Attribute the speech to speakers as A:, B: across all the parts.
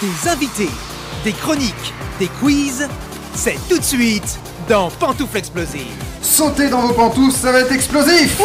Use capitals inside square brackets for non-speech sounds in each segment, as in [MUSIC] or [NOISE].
A: Des invités, des chroniques, des quiz, c'est tout de suite dans Pantoufle Explosive.
B: Sautez dans vos pantoufles, ça va être explosif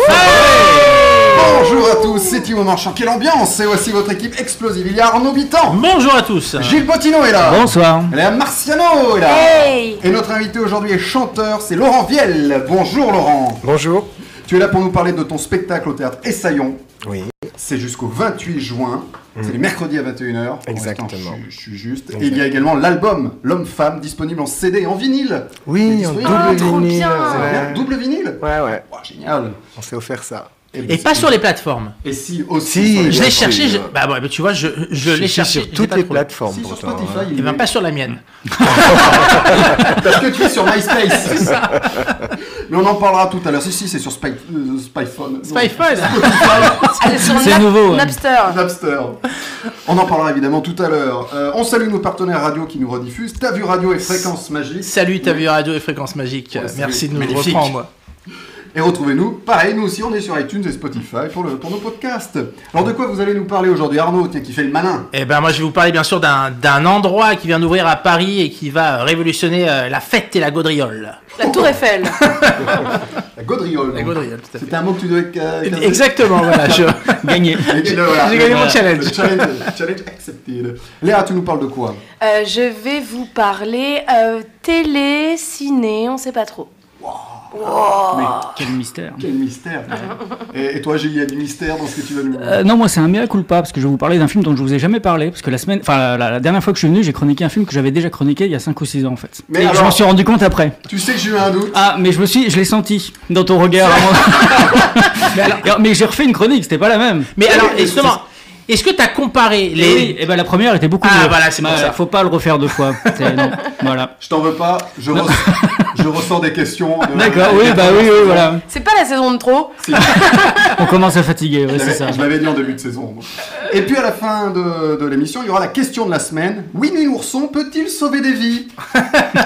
B: Bonjour à tous, c'est Thibaut Marchand. Quelle ambiance C'est voici votre équipe explosive. Il y a Arnaud Bitan,
C: Bonjour à tous
B: Gilles Bottineau est là
C: Bonsoir
B: Léa Marciano est là
D: Hey
B: Et notre invité aujourd'hui est chanteur, c'est Laurent Viel. Bonjour Laurent
E: Bonjour.
B: Tu es là pour nous parler de ton spectacle au théâtre Essaillon.
E: Oui. Mm.
B: C'est jusqu'au 28 juin. C'est les mercredis à 21h.
E: Exactement.
B: Pour l'instant, Je, je suis juste. Et il y a également l'album L'homme-femme disponible en CD et en vinyle.
E: Oui,
B: C'est
E: en
B: disponible.
E: double
D: Ah, trop
E: vinyle,
D: bien.
B: C'est bien,
E: ouais.
B: Double vinyle
E: Ouais, ouais,
B: Oh, Génial
E: on s'est offert ça.
C: Et pas sur les plateformes.
B: Et si aussi.
E: Si,
B: sur les
C: Je l'ai
B: plateformes,
C: cherché, je...
B: euh,
C: bah bon, tu vois, je, je l'ai
E: suis
C: cherché
E: sur toutes les plateformes.
B: Si sur
E: pourtant,
B: Spotify,
E: hein.
B: il
C: Et
B: est-
C: bien Eh ben, pas sur la mienne.
B: parce que tu es sur
C: [LAUGHS]
B: MySpace. Mais on en parlera tout à l'heure. Si, si, c'est sur Spy... euh, Spyphone.
C: Spyphone
D: Allez, sur
C: C'est
D: Nap-
C: nouveau, hein. ouais.
D: Napster.
B: Non, Napster. On en parlera évidemment tout à l'heure. Euh, on salue nos partenaires radio qui nous rediffusent. T'as vu Radio et Fréquence Magique.
C: Salut, t'as vu Radio et Fréquence Magique.
B: Ouais, c'est
C: Merci de nous
B: magnifique.
C: reprendre.
B: Et retrouvez-nous. Pareil, nous aussi, on est sur iTunes et Spotify pour, le, pour nos podcasts. Alors, de quoi vous allez nous parler aujourd'hui, Arnaud, tiens, qui fait le malin
C: Eh ben moi je vais vous parler bien sûr d'un d'un endroit qui vient d'ouvrir à Paris et qui va euh, révolutionner euh, la fête et la gaudriole.
D: La Tour Eiffel.
B: La gaudriole.
C: La
B: donc.
C: gaudriole, tout à fait.
B: C'était un mot que tu devais. ca- [LAUGHS] caser.
C: Exactement, voilà, je gagné.
B: Et tu- voilà.
C: J'ai gagné mon
B: Voilà.
C: challenge.
B: Challenge, challenge accepted. Léa, tu nous parles de quoi
D: Euh, je vais vous parler euh, télé, ciné, on sait pas trop.
F: Ah, Quel mystère.
B: Quel mystère et, et toi, Gilles, il y a du mystère dans ce que tu vas nous.
F: Euh, non, moi c'est un miracle pas parce que je vais vous parler d'un film dont je vous ai jamais parlé parce que la semaine, enfin la, la- la dernière fois que je suis venu, j'ai chroniqué un film que j'avais déjà chroniqué il y a 5 ou 6 ans en fait.
B: Mais
F: Et
B: alors-
F: je m'en suis rendu compte après.
B: Tu sais que j'ai eu un doute.
F: Ah, mais je me suis, je l'ai senti dans ton regard. [LAUGHS] mais alors- mais j'ai refait une chronique, c'était pas la même.
C: Mais alors, justement, est-ce que t'as comparé
F: Et
C: les...
F: oui, et ben la première était beaucoup
C: Ah,
F: mieux.
C: voilà, c'est pour
F: Ouais,
C: ça.
F: Faut pas le refaire deux [LAUGHS] fois. C'est- non, voilà.
B: Je t'en veux pas. Je, re- je ressens des
C: [LAUGHS]
B: questions. de-
F: D'accord. Oui, bah oui, oui, voilà.
D: C'est pas la saison de trop.
B: Si,
F: On commence à fatiguer. Ouais,
B: je
F: c'est ça.
B: l'avais- je l'avais dit en début de saison. moi. Et puis à la fin de, de l'émission, il y aura la question de la semaine. Winnie l'ourson peut-il sauver des
C: [LAUGHS]
B: vies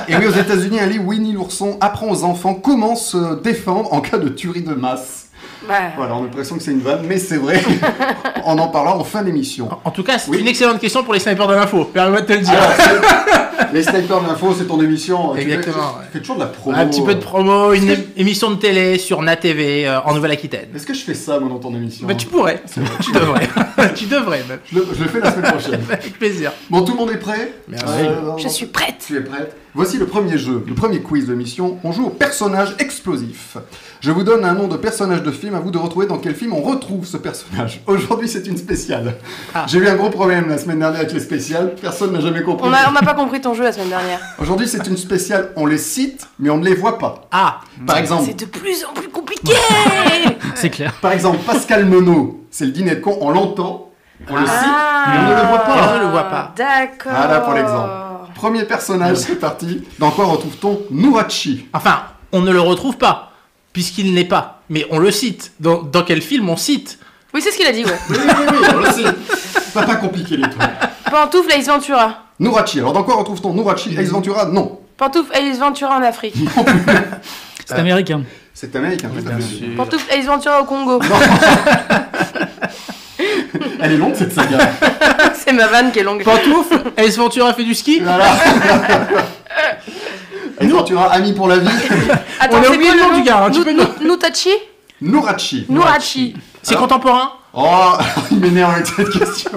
B: Et oui, aux États-Unis, un livre Winnie l'ourson apprend aux enfants comment se défendre en cas de tuerie de masse.
D: Bah,
B: Voilà, on a l'impression que c'est une vanne, mais c'est
C: [LAUGHS]
B: vrai. on en parlera en fin d'émission.
C: En tout cas, c'est
B: Oui.
C: une excellente question pour les snipers de l'info. Permets-moi de te le dire.
B: Alors, c'est- les snipers de l'info, c'est ton émission. Tu fais-
C: Exactement,
B: Tu fais,
C: ouais.
B: toujours de la promo. euh.
C: un petit peu de promo, une
B: Est-ce
C: é- émission de télé sur NaTV euh, en Nouvelle-Aquitaine.
B: Est-ce que je fais ça, moi, dans ton émission
C: Bah, tu pourrais, tu devrais, [LAUGHS] tu devrais même,
B: je, le, je le fais la semaine
C: [LAUGHS]
B: prochaine.
C: avec plaisir.
B: Bon, tout le monde est prêt
C: Merci.
B: Euh,
D: je suis prête.
B: Tu es prête Voici le premier jeu, le premier quiz de mission. On joue au personnage explosif. Je vous donne un nom de personnage de film, à vous de retrouver dans quel film on retrouve ce personnage. [LAUGHS] Aujourd'hui, c'est une spéciale.
C: Ah.
B: J'ai eu un gros problème la semaine dernière avec les spéciales, personne n'a jamais compris.
D: On a, on a pas compris ton jeu la
C: [LAUGHS]
D: semaine dernière.
B: Aujourd'hui, c'est une spéciale, on les cite, mais on ne les voit pas.
C: Ah,
B: Par exemple,
D: C'est de plus en plus compliqué.
F: C'est clair.
B: Par exemple, Pascal Monod, c'est le dîner de con, on l'entend, on le cite.
D: Ah,
B: on ne le voit pas.
C: On ne le voit pas. Ah,
D: D'accord.
B: Voilà pour
D: Ah.
B: l'exemple. Premier personnage, c'est parti. Dans quoi retrouve-t-on Nourachi
C: enfin, on ne le retrouve pas, puisqu'il n'est pas, mais on le cite. Dans, dans quel film on cite
D: Oui, c'est ce qu'il a dit,
C: [LAUGHS]
D: ouais.
B: Oui, oui, oui, on le cite. Pas, pas compliqué les trucs.
D: Pantoufle Ace Ventura.
B: Nourachi, alors dans quoi retrouve-t-on Nourachi Ace Ventura Non.
D: Pantoufle Ace Ventura en Afrique.
F: C'est américain.
B: C'est américain, tout à fait.
D: Pantoufle Ace Ventura au Congo. [LAUGHS]
B: Elle est longue cette saga.
D: c'est ma vanne qui est longue.
C: Pantoufle, Ace Ventura fait du
B: [LAUGHS]
C: ski
B: Voilà. Ace Ventura, ami pour la vie.
C: On
D: Attends,
C: a
D: c'est
C: oublié
D: quoi
C: le nom du gars, hein, tu
D: Nou-
C: peux
D: Nou- Noutachi
B: Nourachi.
D: Nourachi.
C: C'est contemporain
B: Oh, [LAUGHS] il m'énerve avec cette question.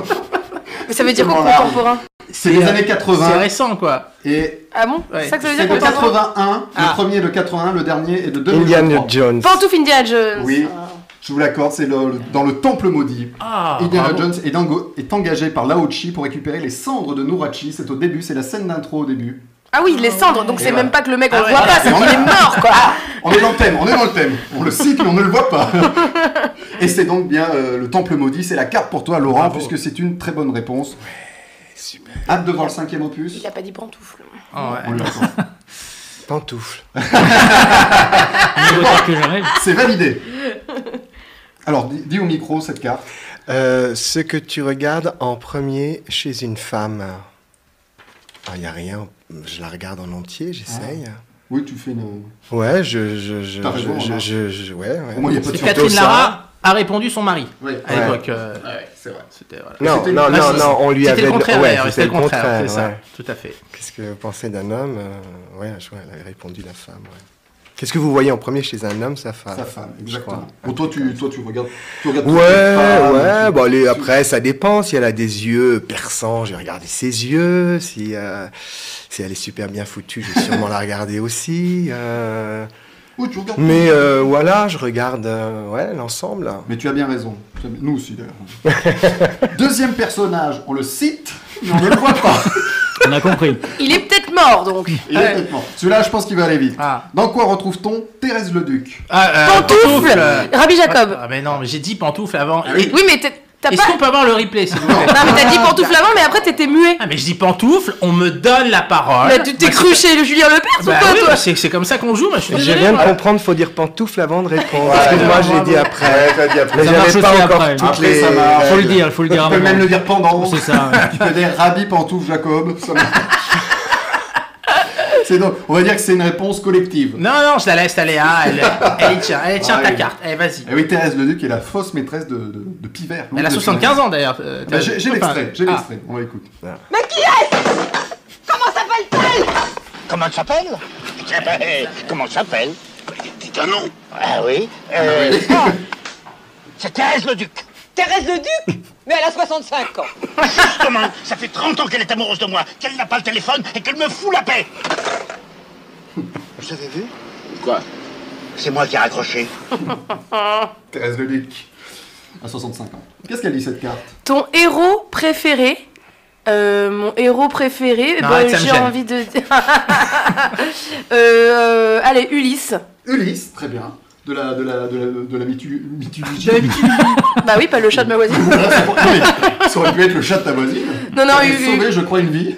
D: Mais ça veut dire quoi
B: Voilà.
D: contemporain
B: C'est les
C: euh,
B: années
C: C'est
B: 80
C: récent, quoi.
B: et
D: Ah bon
C: Ouais.
D: C'est ça que ça veut
B: c'est
D: dire
B: de
D: contemporain
B: 81.
C: Ah.
B: Le premier est de 81, le dernier est de 2003.
E: Indiana Jones.
D: Pantoufle Indiana Jones.
B: Oui, je vous l'accorde, c'est le- le- dans le temple maudit.
C: Ah,
B: Indiana
C: bravo.
B: Jones est, engo- est engagé par Laochi pour récupérer les cendres de Nourachi. C'est au début, c'est la scène d'intro au début.
D: Ah oui, les cendres. Donc c'est
B: voilà.
D: même pas que le mec on
C: Ah
D: le
C: ouais.
D: voit pas, c'est
B: Et on
D: qu'il
B: est-
D: est mort quoi.
B: [LAUGHS] On est dans le thème, on est dans le thème. On le cite, mais on ne le voit pas. [LAUGHS] Et c'est donc bien euh, le temple maudit. C'est la carte pour toi, Laurent, puisque c'est une très bonne réponse. Hâte de voir le cinquième opus.
D: Il a pas dit pantoufle.
C: Ah, ouais.
B: On l'attend.
E: Pantoufle.
F: Mieux tard que jamais.
B: C'est validé.
D: [LAUGHS]
B: Alors, dis, dis au micro cette carte.
E: Euh, ce que tu regardes en premier chez une femme. Ah, y a rien. Je la regarde en entier, j'essaye.
B: Oui, tu fais une.
E: Ouais, je, je, je,
B: T'as raison,
E: je-
B: hein.
E: je- je- je- ouais, ouais.
B: Au moins, il n'y a pas de surprise.
C: C'est Catherine
E: ça.
C: Lara a répondu son mari
B: Oui.
C: à
E: Ah,
C: l'époque. euh,
B: C'est vrai.
C: C'était voilà.
E: Non,
B: C'était-
E: non,
C: Ah,
E: non,
C: si,
E: non, on lui
C: c'était
E: avait.
C: le contraire,
E: ouais,
C: d'ailleurs, c'était le contraire, c'est ça,
E: ouais.
C: tout à fait.
E: Qu'est-ce que vous pensez d'un homme euh, Ouais, je vois, elle avait répondu la femme. ouais. Qu'est-ce que vous voyez en premier chez un homme, sa femme
B: Sa femme,
E: je crois.
B: exactement. Bon, toi, tu, toi, tu regardes. Tu regardes
E: Ouais,
B: toutes les femmes,
E: ouais,
B: tu-
E: bon, allez, après, ça dépend. Si elle a des yeux perçants, je vais regarder ses yeux. Si, euh, si elle est super bien foutue, je vais sûrement la [LAUGHS] regarder aussi. euh.
B: Oui, tu regardes.
E: Mais euh, voilà, je regarde euh, ouais, l'ensemble.
B: Mais tu as bien raison. Tu as bien- Nous aussi, d'ailleurs.
E: [LAUGHS]
B: Deuxième personnage, on le cite, mais on ne le voit
E: [LAUGHS]
B: pas.
F: On a compris.
D: Il est peut-être mort donc.
B: Il est complètement- Celui-là, je pense qu'il va aller vite.
C: Ah.
B: Dans quoi retrouve-t-on Thérèse Leduc
C: Ah, euh,
D: Pantoufle
C: euh,
D: Rabbi Jacob.
C: Ah, mais non, mais j'ai dit pantoufle avant.
B: Ah oui.
C: Et-
D: Oui, mais t'es- t'as
C: Est-ce
D: pas.
C: qu'on peut avoir le replay, s'il vous plaît
D: Non, mais t'as dit pantoufle avant, mais après t'étais muet.
C: Ah, mais je dis pantoufle, on me donne la parole.
D: Bah, tu t'es cru chez le Julien Lepers
C: Ah, Bah
D: ou quoi,
C: oui,
D: toi
C: c'est c'est comme ça qu'on joue, moi je suis
E: J'ai
C: désolé,
E: rien
C: moi.
E: de comprendre, faut dire pantoufle avant de répondre. parce que Ah, moi, j'ai dit après. Mais
F: Ça
E: j'avais
F: marche
E: pas
F: aussi
E: encore
F: après.
E: toutes
B: Après,
E: les.
B: ça marche.
F: Faut le dire, faut le dire. à un
B: Tu peux même
F: moment.
B: le dire pendant.
F: C'est ça. ouais.
B: [LAUGHS] Tu peux dire Rabbi Pantouf Jacob. ça me- c'est donc, on va dire que c'est une réponse collective.
C: Non, non, je la laisse aller. hein, elle, elle, tiens, elle tient
B: Ah,
C: ta
B: oui.
C: carte. Allez, vas-y.
B: Eh oui, Thérèse Leduc est la fausse maîtresse de, de, de Pivert.
C: Elle a 75 ans d'ailleurs. euh,
B: Bah, j'ai j'ai
C: Enfin,
B: l'extrait, j'ai
C: ah.
B: l'extrait, on l'écoute.
G: Comment elle s'appelle Eh ben, Comment elle s'appelle Dites un nom Ah oui euh, C'est Thérèse le Duc Ah,
H: Thérèse le Duc Mais elle a 65 ans.
G: Justement, ça fait 30 ans qu'elle est amoureuse de moi, qu'elle n'a pas le téléphone et qu'elle me fout la [LAUGHS] paix Vous avez vu Quoi C'est moi qui ai raccroché.
B: Thérèse Leduc, à 65 ans. Qu'est-ce qu'elle dit cette carte
D: Ton héros préféré Euh, mon héros préféré,
C: Non,
D: bah,
C: arrête, ça me
D: j'ai
C: gêne.
D: envie de dire. [LAUGHS] Euh, euh, allez, Ulysse.
B: Ulysse, très bien. De la, de la, de la, de la mythu- mythologie.
D: Bah oui, pas le chat de ma voisine.
B: [LAUGHS]
C: [LAUGHS]
B: Voilà, c'est pour- oui, ça aurait pu être le chat de ta voisine.
D: Non, non,
B: Il
D: U-
B: a sauvé, je crois, une vie.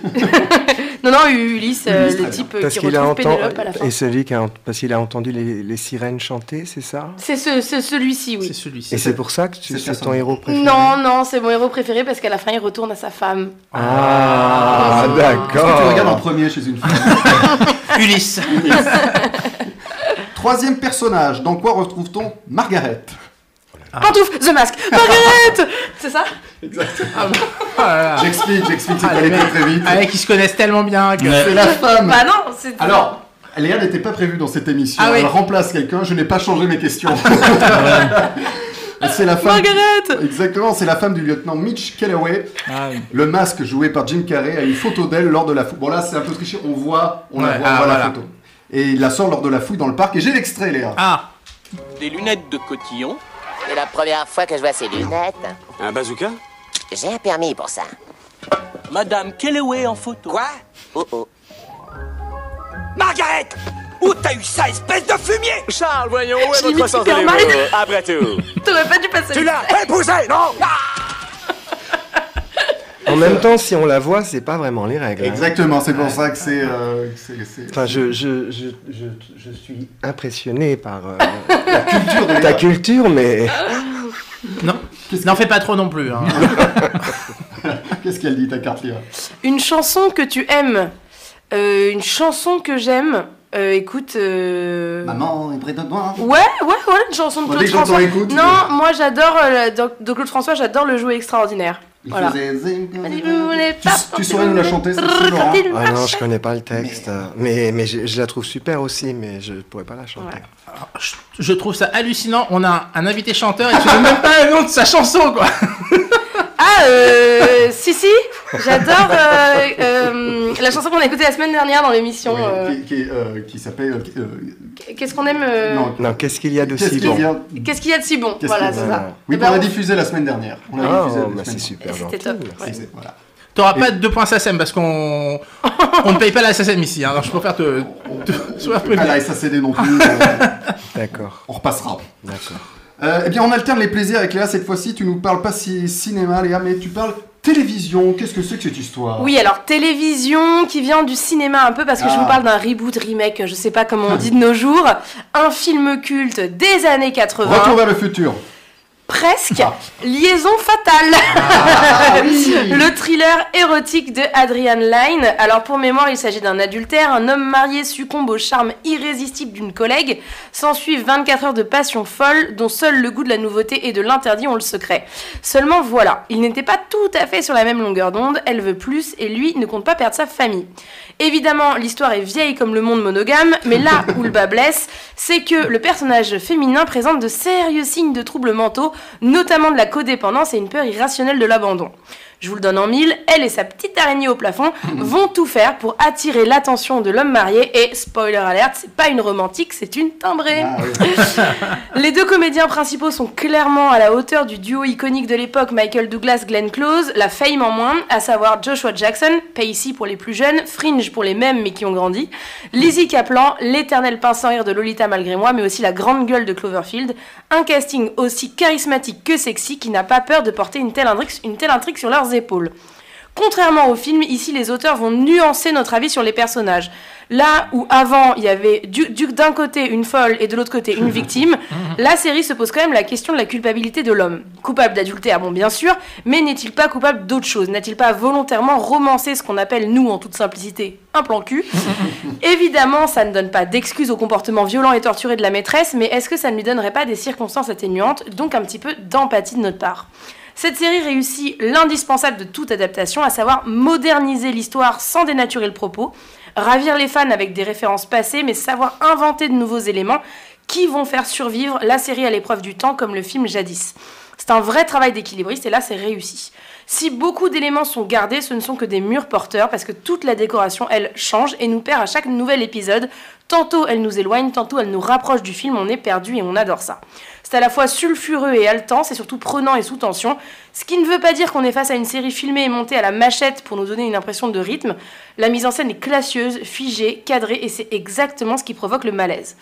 D: Non, non, Ulysse, euh,
B: Ulysse,
D: le
B: très
D: type
E: Parce
D: qui
E: qu'il a
D: retrouve
E: entendu.
D: Pénélope
B: euh,
D: à la fin.
E: Et celui qui a, ent- parce qu'il a entendu les, les sirènes chanter, c'est ça
D: C'est ce, ce- celui-ci,
C: C'est
D: oui.
C: celui-ci.
E: Et c'est pour ça que tu-
B: c'est
E: c'est ton
B: personne.
E: héros préféré
D: Non, non, c'est mon héros préféré parce qu'à la fin, il retourne à sa femme.
E: Ah,
C: Oh.
B: Qu'est-ce que tu regardes en
E: d'accord.
B: premier chez une femme [LAUGHS]
C: Ulysse.
B: Troisième personnage, dans quoi retrouve-t-on Margaret Ah.
D: Pantoufle, The Mask, Margaret C'est ça
C: Ah,
B: J'explique, j'explique, c'est
C: Ah,
B: pas
C: les
B: allé très
C: mecs.
B: très vite.
C: là là. Ouais, qui se connaissent tellement bien que.
B: C'est la femme
D: Bah non, c'est.
B: Alors, Léa n'était pas prévue dans cette émission.
C: Ah oui.
B: Elle remplace quelqu'un, je n'ai pas changé mes questions. [LAUGHS] c'est la femme.
D: Margaret
B: Exactement, c'est la femme du lieutenant Mitch Callaway.
F: Ah, oui.
B: Le masque joué par Jim Carrey a une photo d'elle lors de la fouille. Bon là, c'est un peu triché, on voit, on la
C: Ouais,
B: voit, on
C: ah,
B: voit la
C: voilà.
B: photo. Et il la sort lors de la fouille dans le parc. Et j'ai l'extrait, Léa.
C: Ah,
I: Des lunettes de cotillon
J: C'est la première fois que je vois ces lunettes.
I: Un bazooka
J: J'ai un permis pour ça.
I: Madame Kelleway en photo. Quoi
J: Oh oh.
G: Margaret Où t'as eu ça, espèce de fumier
I: Charles, voyons, où est
D: Je l'imite super mal.
I: l'humour, Euh, Après tout.
D: [LAUGHS] T'aurais pas dû
G: [LAUGHS]
D: passer.
G: Tu l'as épousé, non
E: En même temps, si on la voit, c'est pas vraiment les règles. hein.
B: Exactement, c'est pour ça que c'est. euh, que c'est- c'est-
E: Enfin, je, je, je, je, je suis impressionné par euh, la culture de ta culture, mais
D: Ah,
C: non. N'en fais pas trop non plus. hein.
B: Qu'est-ce qu'elle dit ta carte, Léa
D: Une chanson que tu aimes. Euh, une chanson que j'aime. Euh, écoute. euh,
B: Maman est près de moi.
D: Ouais, ouais, ouais, une chanson de
B: Bon,
D: Claude
B: dès que j'entends
D: François.
B: écoute,
D: non, moi j'adore euh, la- de de Claude François, j'adore le jouet extraordinaire.
B: Il
D: Voilà.
B: faisait zing,
D: Tu,
B: Tu, tu saurais nous la chanter, c'est hein. possible, Laurent
E: ah non, je connais pas le texte. euh, Mais, mais je, je la trouve super aussi, mais je pourrais pas la chanter.
C: Je- Je trouve ça hallucinant. On a un invité chanteur et tu sais même pas le nom de sa chanson quoi.
D: Ah, euh, si, si, j'adore euh, euh, la chanson qu'on a écoutée la semaine dernière dans l'émission.
B: Oui,
D: euh,
B: qui, qui, euh, qui s'appelle. euh, qui- euh,
D: Qu'est-ce qu'on aime euh,
B: non,
E: Non, qu'est-ce qu'il y a de
B: qu'est-ce
E: si
B: qu'il
E: bon
B: vient-
D: Qu'est-ce qu'il y a de si bon
B: qu'est-ce
D: Voilà,
B: qu'il-
D: c'est ça.
B: Oui,
D: Eh
B: on
D: ben,
B: l'a diffusé la semaine dernière. On l'a
E: Ah,
B: diffusé la
E: bah,
B: semaine
E: c'est super
D: C'était
E: gentil.
D: top,
E: merci.
D: ouais.
B: dernière. C'est- voilà.
C: T'auras pas de points SACEM parce qu'on on ne paye pas la SACEM ici. hein. Alors je préfère te, te... sois
B: Ah,
C: prévenu.
B: la SACD non plus, euh,
E: D'accord,
B: on repassera.
E: d'accord.
B: Euh, eh bien, on alterne les plaisirs avec Léa. Cette fois-ci, tu nous parles pas si cinéma, Léa, mais tu parles télévision. Qu'est-ce que c'est que cette histoire
D: Oui, alors télévision qui vient du cinéma un peu parce que je
B: Ah.
D: vous parle d'un reboot, remake, je sais pas comment on dit de nos jours. Un film culte des années 80. [LAUGHS]
B: Retour vers le futur.
D: Presque
B: Ah.
D: Liaison fatale Ah Le thriller érotique de Adrian Lyne. Alors pour mémoire, il s'agit d'un adultère. Un homme marié succombe au charme irrésistible d'une collègue. S'ensuivent 24 heures de passion folle dont seul le goût de la nouveauté et de l'interdit ont le secret. Seulement voilà, il n'était pas tout à fait sur la même longueur d'onde. Elle veut plus et lui ne compte pas perdre sa famille. Évidemment, l'histoire est vieille comme le monde monogame, mais là où le bas blesse, c'est que le personnage féminin présente de sérieux signes de troubles mentaux, notamment de la codépendance et une peur irrationnelle de l'abandon. Je vous le donne en mille, elle et sa petite araignée au plafond vont tout faire pour attirer l'attention de l'homme marié et, spoiler alerte, c'est pas une romantique, c'est une timbrée. Les deux comédiens principaux sont clairement à la hauteur du duo iconique de l'époque Michael Douglas-Glenn Close, la fame en moins, à savoir Joshua Jackson, Pacey pour les plus jeunes, Fringe pour les mêmes mais qui ont grandi, Lizzie Kaplan, l'éternel pince sans rire de Lolita malgré moi, mais aussi la grande gueule de Cloverfield, un casting aussi charismatique que sexy qui n'a pas peur de porter une telle intrigue, une telle intrigue sur leurs épaules. Contrairement au film, ici les auteurs vont nuancer notre avis sur les personnages. Là où avant il y avait du- du- d'un côté une folle et de l'autre côté une victime, la série se pose quand même la question de la culpabilité de l'homme. Coupable d'adultère, bon bien sûr, mais n'est-il pas coupable d'autre chose N'a-t-il pas volontairement romancé ce qu'on appelle nous en toute simplicité un plan cul Évidemment, ça ne donne pas d'excuse au comportement violent et torturé de la maîtresse, mais est-ce que ça ne lui donnerait pas des circonstances atténuantes, donc un petit peu d'empathie de notre part cette série réussit l'indispensable de toute adaptation, à savoir moderniser l'histoire sans dénaturer le propos, ravir les fans avec des références passées, mais savoir inventer de nouveaux éléments qui vont faire survivre la série à l'épreuve du temps comme le film jadis. C'est un vrai travail d'équilibriste et là c'est réussi. Si beaucoup d'éléments sont gardés, ce ne sont que des murs porteurs parce que toute la décoration, elle, change et nous perd à chaque nouvel épisode. Tantôt elle nous éloigne, tantôt elle nous rapproche du film, on est perdu et on adore ça. C'est à la fois sulfureux et haletant, c'est surtout prenant et sous tension, ce qui ne veut pas dire qu'on est face à une série filmée et montée à la machette pour nous donner une impression de rythme. La mise en scène est classieuse, figée, cadrée et c'est exactement ce qui provoque le malaise.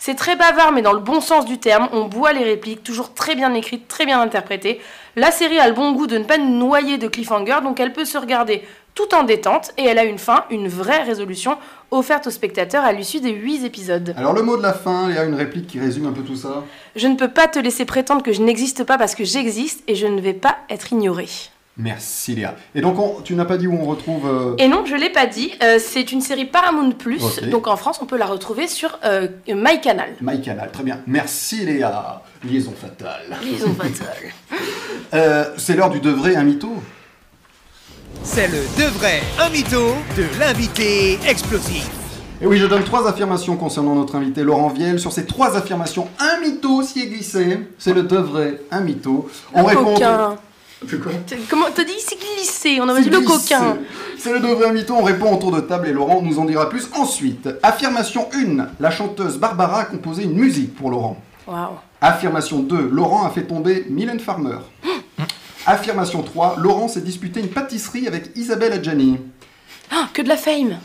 D: C'est très bavard, mais dans le bon sens du terme, on boit les répliques, toujours très bien écrites, très bien interprétées. La série a le bon goût de ne pas nous noyer de cliffhanger, donc elle peut se regarder tout en détente, et elle a une fin, une vraie résolution, offerte aux spectateurs à l'issue des 8 épisodes.
B: Alors le mot de la fin, il y a une réplique qui résume un peu tout ça.
D: Je ne peux pas te laisser prétendre que je n'existe pas parce que j'existe, et je ne vais pas être ignorée.
B: Merci Léa. Et donc on- tu n'as pas dit où on retrouve... euh,
D: Et non, je l'ai pas dit, euh, c'est une série Paramount+, Plus,
B: Ok.
D: donc en France, on peut la retrouver sur euh, MyCanal.
B: MyCanal, très bien. Merci Léa. Liaison fatale.
D: Liaison
B: [LAUGHS]
D: fatale.
B: Euh, c'est l'heure du de vrai, un mytho.
A: C'est le de vrai, un mytho de l'invité explosif.
B: Et oui, je donne trois affirmations concernant notre invité Laurent Viel. Sur ces trois affirmations, un mytho s'y est glissé. C'est le de vrai, un mytho. On
D: Le
B: répond...
D: coquin.
B: Plus quoi
D: T'as- Comment t'as dit c'est glissé, on aurait dit
B: C'est
D: le
B: glissé.
D: coquin.
B: C'est le de vrai mytho, on répond autour de table et Laurent nous en dira plus ensuite. Affirmation 1, la chanteuse Barbara a composé une musique pour Laurent.
D: Waouh.
B: Affirmation 2, Laurent a fait tomber Mylène Farmer. Affirmation 3, Laurent s'est disputé une pâtisserie avec Isabelle Adjani.
D: Ah, que de la fame.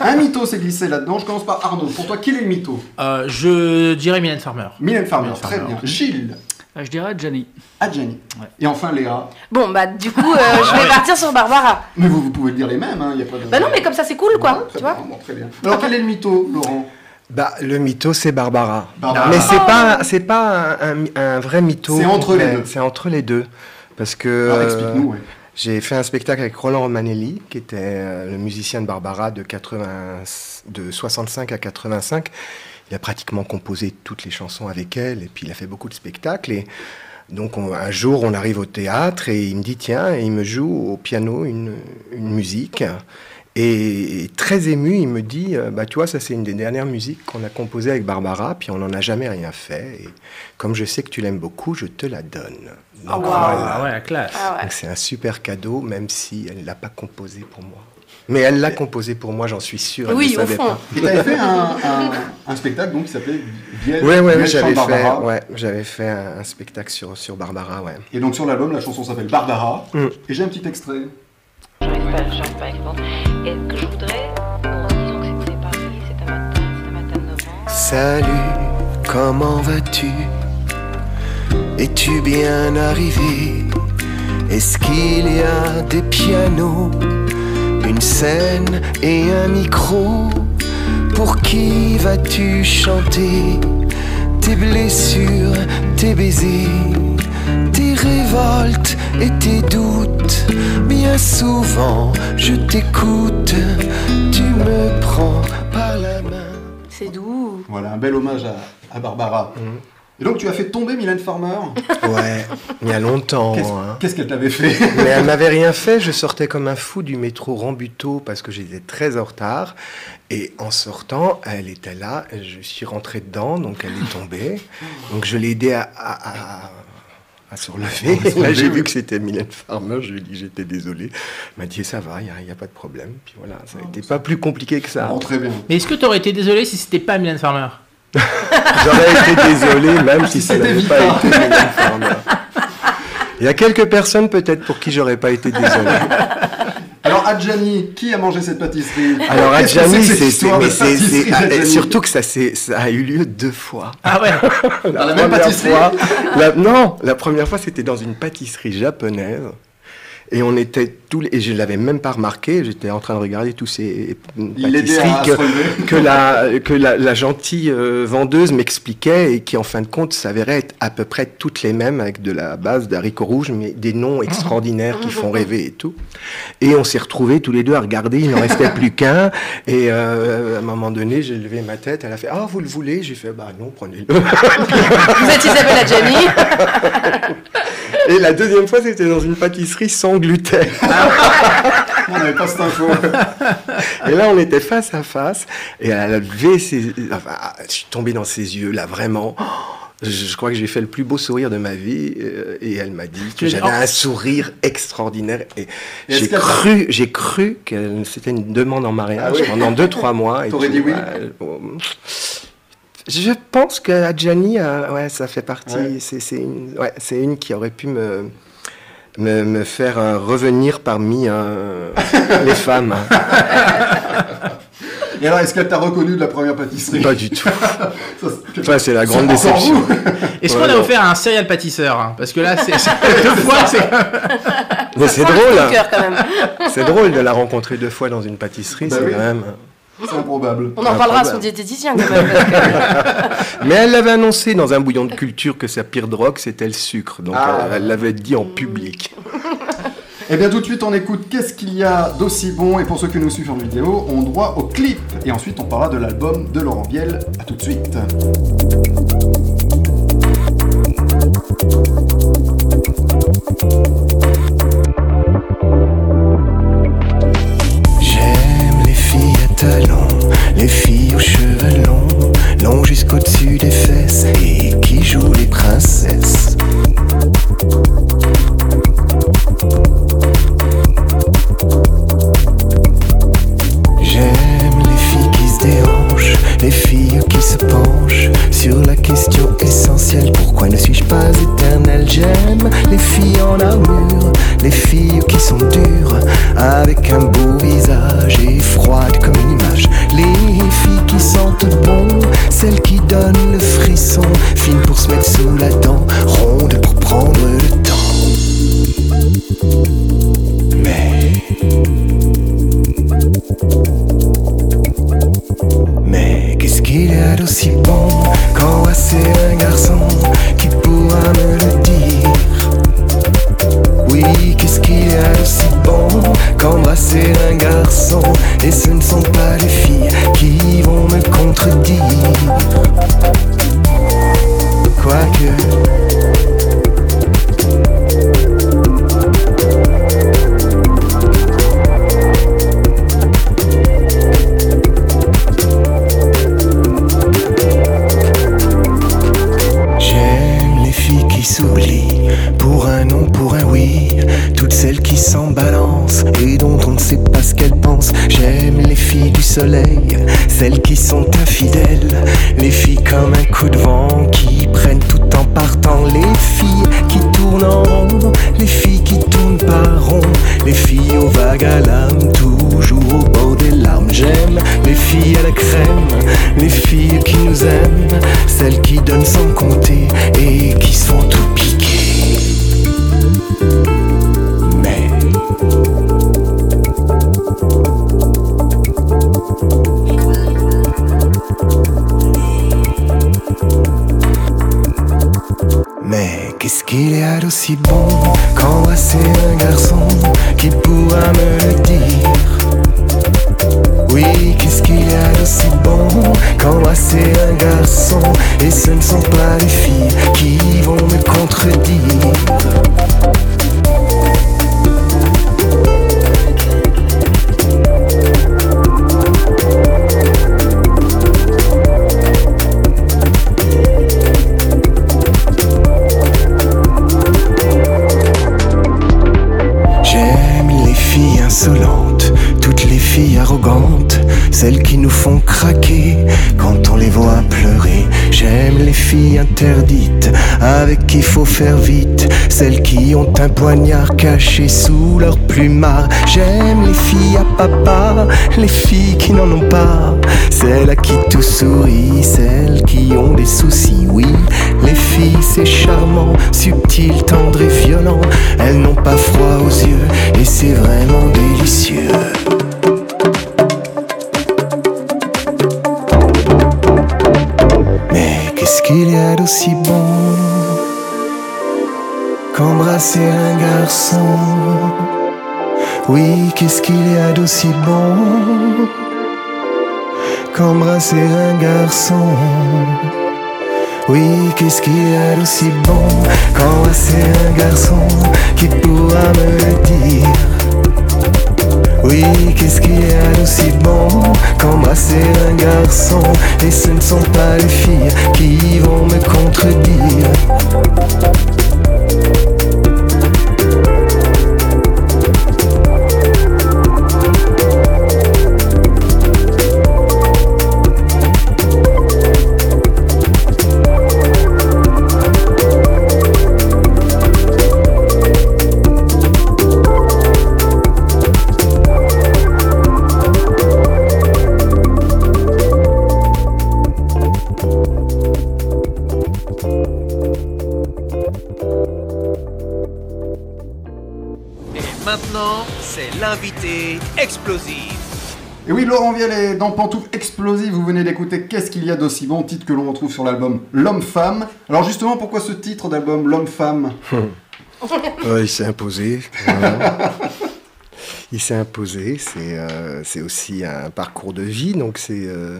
B: Un mytho s'est glissé là-dedans, je commence par Arnaud. Pour toi, quel est le mytho
C: Euh, je dirais Mylène Farmer.
B: Mylène Farmer,
C: Mylène
B: très
C: Farmer.
B: bien. Gilles,
F: Ah, je dirais Gianni.
B: Adjani. Et enfin Léa.
D: Bon, bah du coup, euh,
B: Ah,
D: je vais partir sur Barbara.
B: Mais vous, vous pouvez le dire les mêmes, hein, il n'y a pas de...
D: Bah non, mais comme ça, c'est cool, quoi.
B: Très
D: Tu vois
B: bien, bon, très bien. Alors quel est le mytho, Laurent
E: Bah, le mytho, c'est Barbara.
B: Barbara.
E: Mais c'est
D: Oh.
E: pas, c'est pas un, un- un vrai mytho.
B: C'est entre les deux.
E: C'est entre les deux. Parce que.
B: Alors,
E: euh,
B: Ah, explique-nous, ouais.
E: J'ai fait un spectacle avec Roland Romanelli, qui était euh, le musicien de Barbara de, 80, de 65 à 85. Il a pratiquement composé toutes les chansons avec elle, et puis il a fait beaucoup de spectacles. Et donc on- un jour, on arrive au théâtre, et il me dit, tiens, et il me joue au piano une, une musique. Et, et très ému, il me dit, euh, bah, tu vois, ça c'est une des dernières musiques qu'on a composées avec Barbara, puis on n'en a jamais rien fait. Et comme je sais que tu l'aimes beaucoup, je te la donne. Donc, voilà.
C: Ah ouais, la classe.
D: Ah ouais.
E: Donc c'est un super cadeau, même si elle ne l'a pas composé pour moi. Mais elle l'a composé pour moi, j'en suis sûr. Elle
D: Euh, Oui,
E: ne
D: au
E: savait
D: fond.
E: pas.
B: Et t'avais fait un, un, un spectacle donc, qui s'appelait Biel,
E: Ouais, ouais,
B: Biel
E: ouais, j'avais
B: chante
E: fait,
B: Barbara.
E: ouais, j'avais fait un, un spectacle sur, sur Barbara, ouais.
B: Et donc sur l'album, la chanson s'appelle Barbara.
E: Mm.
B: Et j'ai un petit extrait.
K: Je n'arrive pas, j'arrive pas à les vendre. Et ce que je voudrais, on redisons que c'est- c'est Paris, c'est un matin, c'est un matin de novembre.
E: Salut, comment vas-tu Es-tu bien arrivé Est-ce qu'il y a des pianos, une scène et un micro Pour qui vas-tu chanter
L: tes blessures, tes baisers, tes révoltes et tes doutes. Bien souvent, je t'écoute, tu me prends par la main.
D: C'est doux.
B: [LAUGHS] Voilà, un bel hommage à, à Barbara.
E: Mhm.
B: Et donc, tu as fait tomber Mylène Farmer
E: Oh, Ouais, il y a longtemps. hein.
B: Qu'est-ce- qu'est-ce qu'elle t'avait fait
E: Mais elle m'avait rien fait. Je sortais comme un fou du métro Rambuteau parce que j'étais très en retard. Et en sortant, elle était là. Je suis rentré dedans, donc elle est tombée. Donc je l'ai aidée à, à- à- à se relever.
B: À se
E: Là, j'ai
B: relever, oui.
E: vu que c'était Mylène Farmer. Je lui ai dit j'étais désolé. Elle m'a dit ça va, il n'y a, pas de problème. Puis voilà, ça n'était pas plus compliqué que ça.
B: Oh, très bien.
C: Mais est-ce que t'aurais été désolé si c'était pas Mylène Farmer
E: J'aurais été désolé, même si ça
C: C'était
E: n'avait
C: Vita.
E: pas été Mylène Farmer. Il y a quelques personnes peut-être pour qui j'aurais pas été désolé.
B: Alors, Adjani, qui a mangé cette pâtisserie [LAUGHS]
E: Alors
B: Qu'est-ce que
E: Adjani,
B: que cette
E: c'est
B: histoire
E: c'est- mais
B: de
E: c'est-
B: pâtisserie
E: c'est- ah, et
B: Adjani
E: surtout que ça, s'est- ça a eu lieu deux fois.
C: Ah
E: [LAUGHS]
C: ouais.
B: Dans la même pâtisserie
E: fois, la- Non, la première fois c'était dans une pâtisserie japonaise. Et on était tous les- et je l'avais même pas remarqué, j'étais en train de regarder tous ces
B: l'aidait à
E: pâtisseries
B: se relever.
E: que, que la, que la, la gentille euh, vendeuse m'expliquait et qui en fin de compte s'avérait être à peu près toutes les mêmes avec de la base d'haricots rouges, mais des noms extraordinaires qui font rêver et tout. Et on s'est retrouvés tous les deux à regarder, il n'en restait plus qu'un. Et euh, à un moment donné, j'ai levé ma tête, elle a fait Ah, vous le voulez J'ai fait Bah non, prenez-le.
D: Vous êtes Isabelle Adjani
E: Et la deuxième fois, c'était dans une pâtisserie sans gluten.
B: On n'avait pas cette info.
E: Et là, on était face à face, et elle a levé ses. enfin, ah, je suis tombé dans ses yeux, là, vraiment. Je, je crois que j'ai fait le plus beau sourire de ma vie, euh, et elle m'a dit
B: Tu
E: que
B: as dit,
E: j'avais
B: oh.
E: un sourire extraordinaire. Et
B: est-ce
E: j'ai
B: qu'elle-
E: cru, j'ai cru que c'était une demande en mariage
B: Ah oui.
E: pendant deux, trois mois. et
B: T'aurais
E: tout.
B: dit oui
E: Euh, bon, Je pense que Adjani, euh, ouais, ça fait partie.
B: Ouais.
E: C'est c'est une, ouais, c'est une qui aurait pu me, me, me faire euh, revenir parmi
B: [LAUGHS]
E: euh, les femmes. hein.
B: Et alors, est-ce qu'elle t'a reconnu de la première pâtisserie
E: Pas du tout.
B: Ça,
E: Ça, c'est la grande
B: encore
E: déception.
B: vous.
C: Est-ce
E: Ouais,
C: qu'on a
E: non.
C: offert à un serial pâtisseur hein Parce que là, c'est [LAUGHS] c'est- deux fois, c'est.
E: [LAUGHS] Mais c'est
C: sent le
E: drôle. hein.
C: cœur, quand même.
E: C'est drôle de la rencontrer deux fois dans une pâtisserie,
B: Bah
E: c'est
B: oui.
E: quand même.
B: C'est improbable.
D: On en parlera à son diététicien quand même.
B: [LAUGHS]
D: parce que-
E: Mais elle l'avait annoncé dans un bouillon de culture que sa pire drogue c'était le sucre. Donc
B: Ah.
E: elle- elle l'avait dit en public.
B: Eh bien, tout de suite, on écoute Qu'est-ce qu'il y a d'aussi bon Et pour ceux qui nous suivent en vidéo, on droit au clip. Et ensuite, on parlera de l'album de Laurent Biel. À tout de suite.
L: J'aime les filles à talons, les filles aux cheveux longs, longs jusqu'au-dessus des fesses et qui jouent les princesses. J'aime les filles qui se déhanchent, les filles qui se penchent sur la question essentielle pourquoi ne suis-je pas éternel J'aime les filles en armure, les filles qui sont dures avec un beau visage et froides comme une image. Les filles qui sentent bon, celles qui donnent le frisson, fines pour se mettre sous la dent, rondes pour prendre le temps. Mais Mais qu'est-ce qu'il y a d'aussi bon quand ouais, c'est un garçon qui pourra me le dire Oui, qu'est-ce qu'il y a d'aussi bon qu'embrasser un garçon Et ce ne sont pas les filles qui vont me contredire Quoique J'aime les filles qui s'oublient pour un non, pour un oui. Toutes celles qui s'en balancent et dont on ne sait pas ce qu'elles pensent. J'aime les filles du soleil, celles qui sont infidèles. Les filles comme un coup de vent qui prennent tout en partant. Les filles qui tournent en rond, les filles qui tournent par rond. Les filles aux vagues à l'âme, toujours au bord des larmes. J'aime les filles à la crème, les filles qui nous aiment, celles qui donnent sans compter et qui sont tout piquées. Mais. aussi bon quand c'est un garçon qui pourra me le dire. Oui, qu'est-ce qu'il y a d'aussi bon qu'embrasser un garçon Et ce ne sont pas les filles qui vont me contredire J'aime les filles insolentes, toutes les filles arrogantes, celles qui nous font craquer quand on les voit pleurer. J'aime les filles interdites, avec qui faut faire vite, celles qui ont un poignard caché sous leur plumard. J'aime les filles à papa, les filles qui n'en ont pas, celles à qui tout sourit, celles qui ont des soucis, oui. Les filles, c'est charmant, subtil, tendre et violent. Elles n'ont pas froid aux yeux et c'est vraiment délicieux. Mais qu'est-ce qu'il y a d'aussi bon qu'embrasser un garçon Oui, qu'est-ce qu'il y a d'aussi bon qu'embrasser un garçon oui, qu'est-ce qu'il y a d'aussi bon quand c'est un garçon qui pourra me le dire Oui, qu'est-ce qu'il y a d'aussi bon qu'embrasser un garçon Et ce ne sont pas les filles qui vont me contredire
A: Et maintenant, c'est l'invité explosif.
B: Et oui, Laurent Vialet, dans Pantoufles Explosive, vous venez d'écouter Qu'est-ce qu'il y a d'aussi bon titre que l'on retrouve sur l'album L'Homme-Femme. Alors justement, pourquoi ce titre d'album L'Homme-Femme
E: Euh, il s'est imposé. voilà. Il s'est imposé. C'est euh, c'est aussi un parcours de vie, donc c'est euh,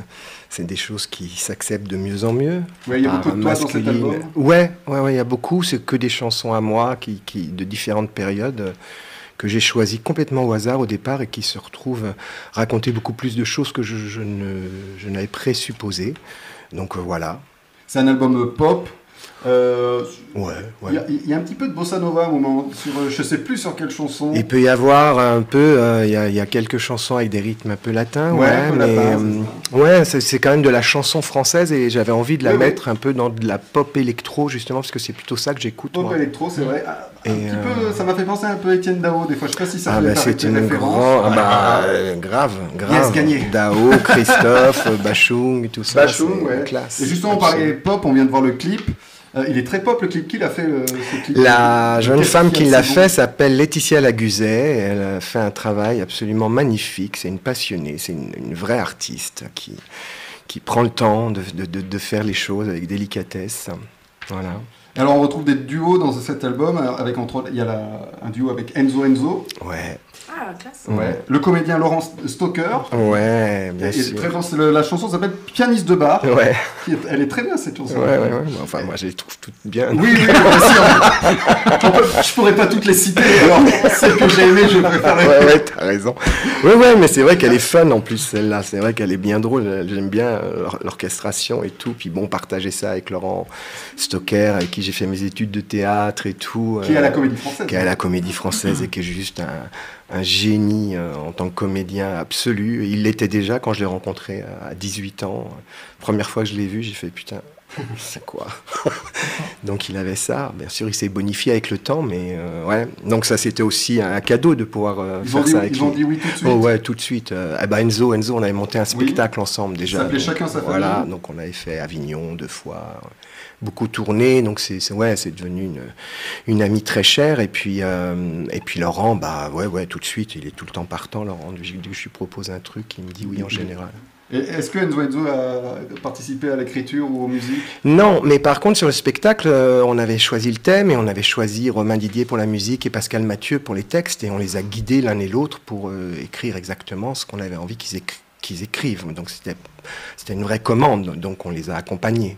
E: c'est des choses qui s'acceptent de mieux en mieux.
B: Ouais, il y a
E: Par
B: beaucoup de
E: un
B: toi dans cet
E: Ah, masculine.
B: album.
E: Ouais, ouais, ouais, il y a beaucoup. C'est que des chansons à moi qui, qui- de différentes périodes euh, que j'ai choisies complètement au hasard au départ et qui se retrouvent euh, raconter beaucoup plus de choses que je, je ne- je n'avais présupposé. Donc euh, voilà.
B: C'est un album euh, pop. Euh,
E: Ouais,
B: Il y a- il y, a un petit peu de bossa nova à un moment. Sur, euh, je sais plus sur quelle chanson.
E: Il peut y avoir un peu, euh, il y a- il y, a quelques chansons avec des rythmes un peu latins,
B: Ouais,
E: ouais,
B: un peu
E: mais
B: latin,
E: euh, ouais, c'est c'est quand même de la chanson française et j'avais envie de la
B: Oui, oui.
E: mettre un peu dans de la pop électro justement parce que c'est plutôt ça que j'écoute.
B: Pop
E: moi.
B: électro, c'est vrai. Ah,
E: Et,
B: Un
E: euh,
B: petit peu, ça m'a fait penser un peu à Étienne Dao. Des fois, je sais pas si ça
E: ah
B: fait
E: bah
B: pas avec
E: c'est
B: les
E: une
B: références.
E: grande, ah
B: Ouais.
E: bah, euh, grave, grave.
B: gagné.
E: Dao, Christophe, Bachung, tout ça.
B: Bachung,
E: c'est
B: ouais.
E: Classe.
B: Et justement, on parlait pop, on vient de voir le clip. Euh, il est très pop le clip. Qui l'a fait euh, ce clip
E: La
B: De
E: jeune
B: Qu'est-ce
E: femme
B: qu'il
E: qui
B: y a
E: l'a
B: de si
E: fait
B: bon
E: s'appelle Laetitia Laguzet. Elle a fait un travail absolument magnifique. C'est une passionnée, c'est une, une vraie artiste qui, qui prend le temps de, de- de- de faire les choses avec délicatesse. Voilà.
B: Alors, on retrouve des duos dans cet album. euh, Avec entre autres, il y a la- un duo avec Enzo Enzo.
E: Ouais.
D: Ah, classe.
B: Ouais. Le comédien Laurent Stoker.
E: Ouais, bien
B: Et
E: sûr.
B: très bon, c'est le- la chanson s'appelle Pianiste de bar.
E: Ouais.
B: Qui est- Elle est très bien cette chanson.
E: Ouais, ouais, ouais. Enfin, moi, je les trouve toutes bien.
B: Oui, oui, bien sûr. On peut- je pourrais pas toutes les citer. Alors, celles que j'ai aimées, je préfère les-
E: Ouais, ouais, t'as raison. Ouais, ouais, mais c'est vrai qu'elle est fun en plus, celle-là. C'est vrai qu'elle est bien drôle. J'aime bien euh, l'or- l'orchestration et tout. Puis bon, partager ça avec Laurent Stocker, avec qui j'ai fait mes études de théâtre et tout. euh,
B: Qui est à la Comédie Française.
E: Qui est à la Comédie Française et qui est juste un, un génie euh, en tant que comédien absolu. Il l'était déjà quand je l'ai rencontré à 18 ans. Première fois que je l'ai vu, j'ai fait putain. [LAUGHS] C'est quoi [LAUGHS] Donc il avait ça. Bien sûr, il s'est bonifié avec le temps, mais euh, ouais. Donc ça, c'était aussi un cadeau de pouvoir euh,
B: Ils ont
E: faire
B: dit
E: ça
B: oui-
E: avec
B: ils ont
E: lui.
B: dit oui tout de suite.
E: Oh ouais, tout de suite. Euh, eh ben, Enzo, Enzo, on avait monté un spectacle ensemble déjà.
B: Ça s'appelait
E: Donc,
B: Chacun sa
E: Voilà,
B: famille.
E: donc on avait fait Avignon deux fois, euh, beaucoup tourné. Donc c'est c'est- ouais, c'est devenu une, une amie très chère. Et puis euh, et puis Laurent, bah ouais ouais, tout de suite, il est tout le temps partant. Laurent, dès que je lui propose un truc, il me dit oui en général.
B: Et Est-ce que Enzo Enzo a participé à l'écriture ou aux musiques
E: Non, mais par contre, sur le spectacle, euh, on avait choisi le thème et on avait choisi Romain Didier pour la musique et Pascal Mathieu pour les textes et on les a guidés l'un et l'autre pour euh, écrire exactement ce qu'on avait envie qu'ils écri- qu'ils écrivent. Donc c'était c'était une vraie commande, donc on les a accompagnés.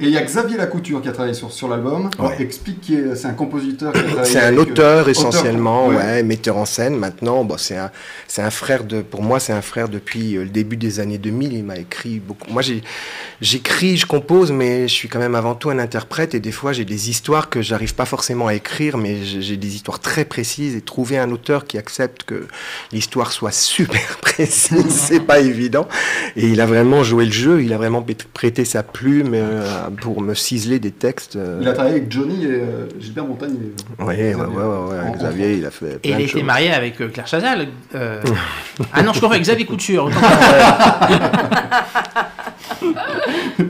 B: Et il y a Xavier Lacouture qui a travaillé sur, sur l'album.
E: Ouais.
B: Alors, Explique qui est- c'est un compositeur qui a travaillé
E: C'est un
B: avec, euh,
E: auteur essentiellement,
B: auteur,
E: ouais, metteur en scène. Maintenant, bon, c'est un, c'est un frère de, pour moi, c'est un frère depuis euh, le début des années 2000. Il m'a écrit beaucoup. Moi, j'ai- j'écris, je compose, mais je suis quand même avant tout un interprète. Et des fois, j'ai des histoires que j'arrive pas forcément à écrire, mais j'ai j'ai des histoires très précises. Et trouver un auteur qui accepte que l'histoire soit [LAUGHS] super précise, c'est pas évident. Et il a vraiment joué le jeu. Il a vraiment pét- prêté sa plume euh, pour me ciseler des textes. euh,
B: Il a travaillé avec Johnny et euh, Gilbert Montagne. et-
E: oui, ouais, ouais, ouais, ouais. Xavier, il a fait.
C: Et
E: plein
C: il
E: de
C: était
E: choses.
C: marié avec euh, Claire Chazal. euh, ah non, je confonds avec Xavier Couture. autant pour moi.
B: [LAUGHS]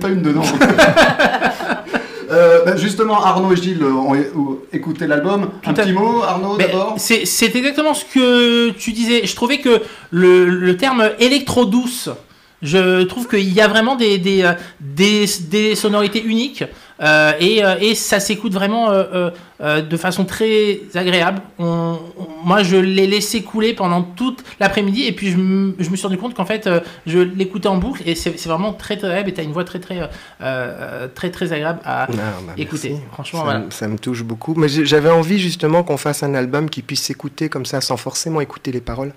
B: Pas une dedans. [LAUGHS] Euh, ben, justement, Arnaud et Gilles euh, ont é- ont écouté l'album. Un petit mot, Arnaud,
C: Mais
B: d'abord
C: C'est c'est exactement ce que tu disais. Je trouvais que le, le terme électro-douce, je trouve qu'il y a vraiment des, des, euh, des- des sonorités uniques euh, et, euh, et ça s'écoute vraiment euh, euh, euh, de façon très agréable. On- on- moi, je l'ai laissé couler pendant toute l'après-midi et puis je, m- je me suis rendu compte qu'en fait, euh, je l'écoutais en boucle et c'est c'est vraiment très très agréable et tu as une voix très très, euh, euh, très, très agréable à
E: Ah, bah,
C: écouter.
E: merci.
C: Franchement,
E: ça,
C: voilà.
E: me- ça me touche beaucoup. Mais j'ai- j'avais envie justement qu'on fasse un album qui puisse s'écouter comme ça, sans forcément écouter les paroles.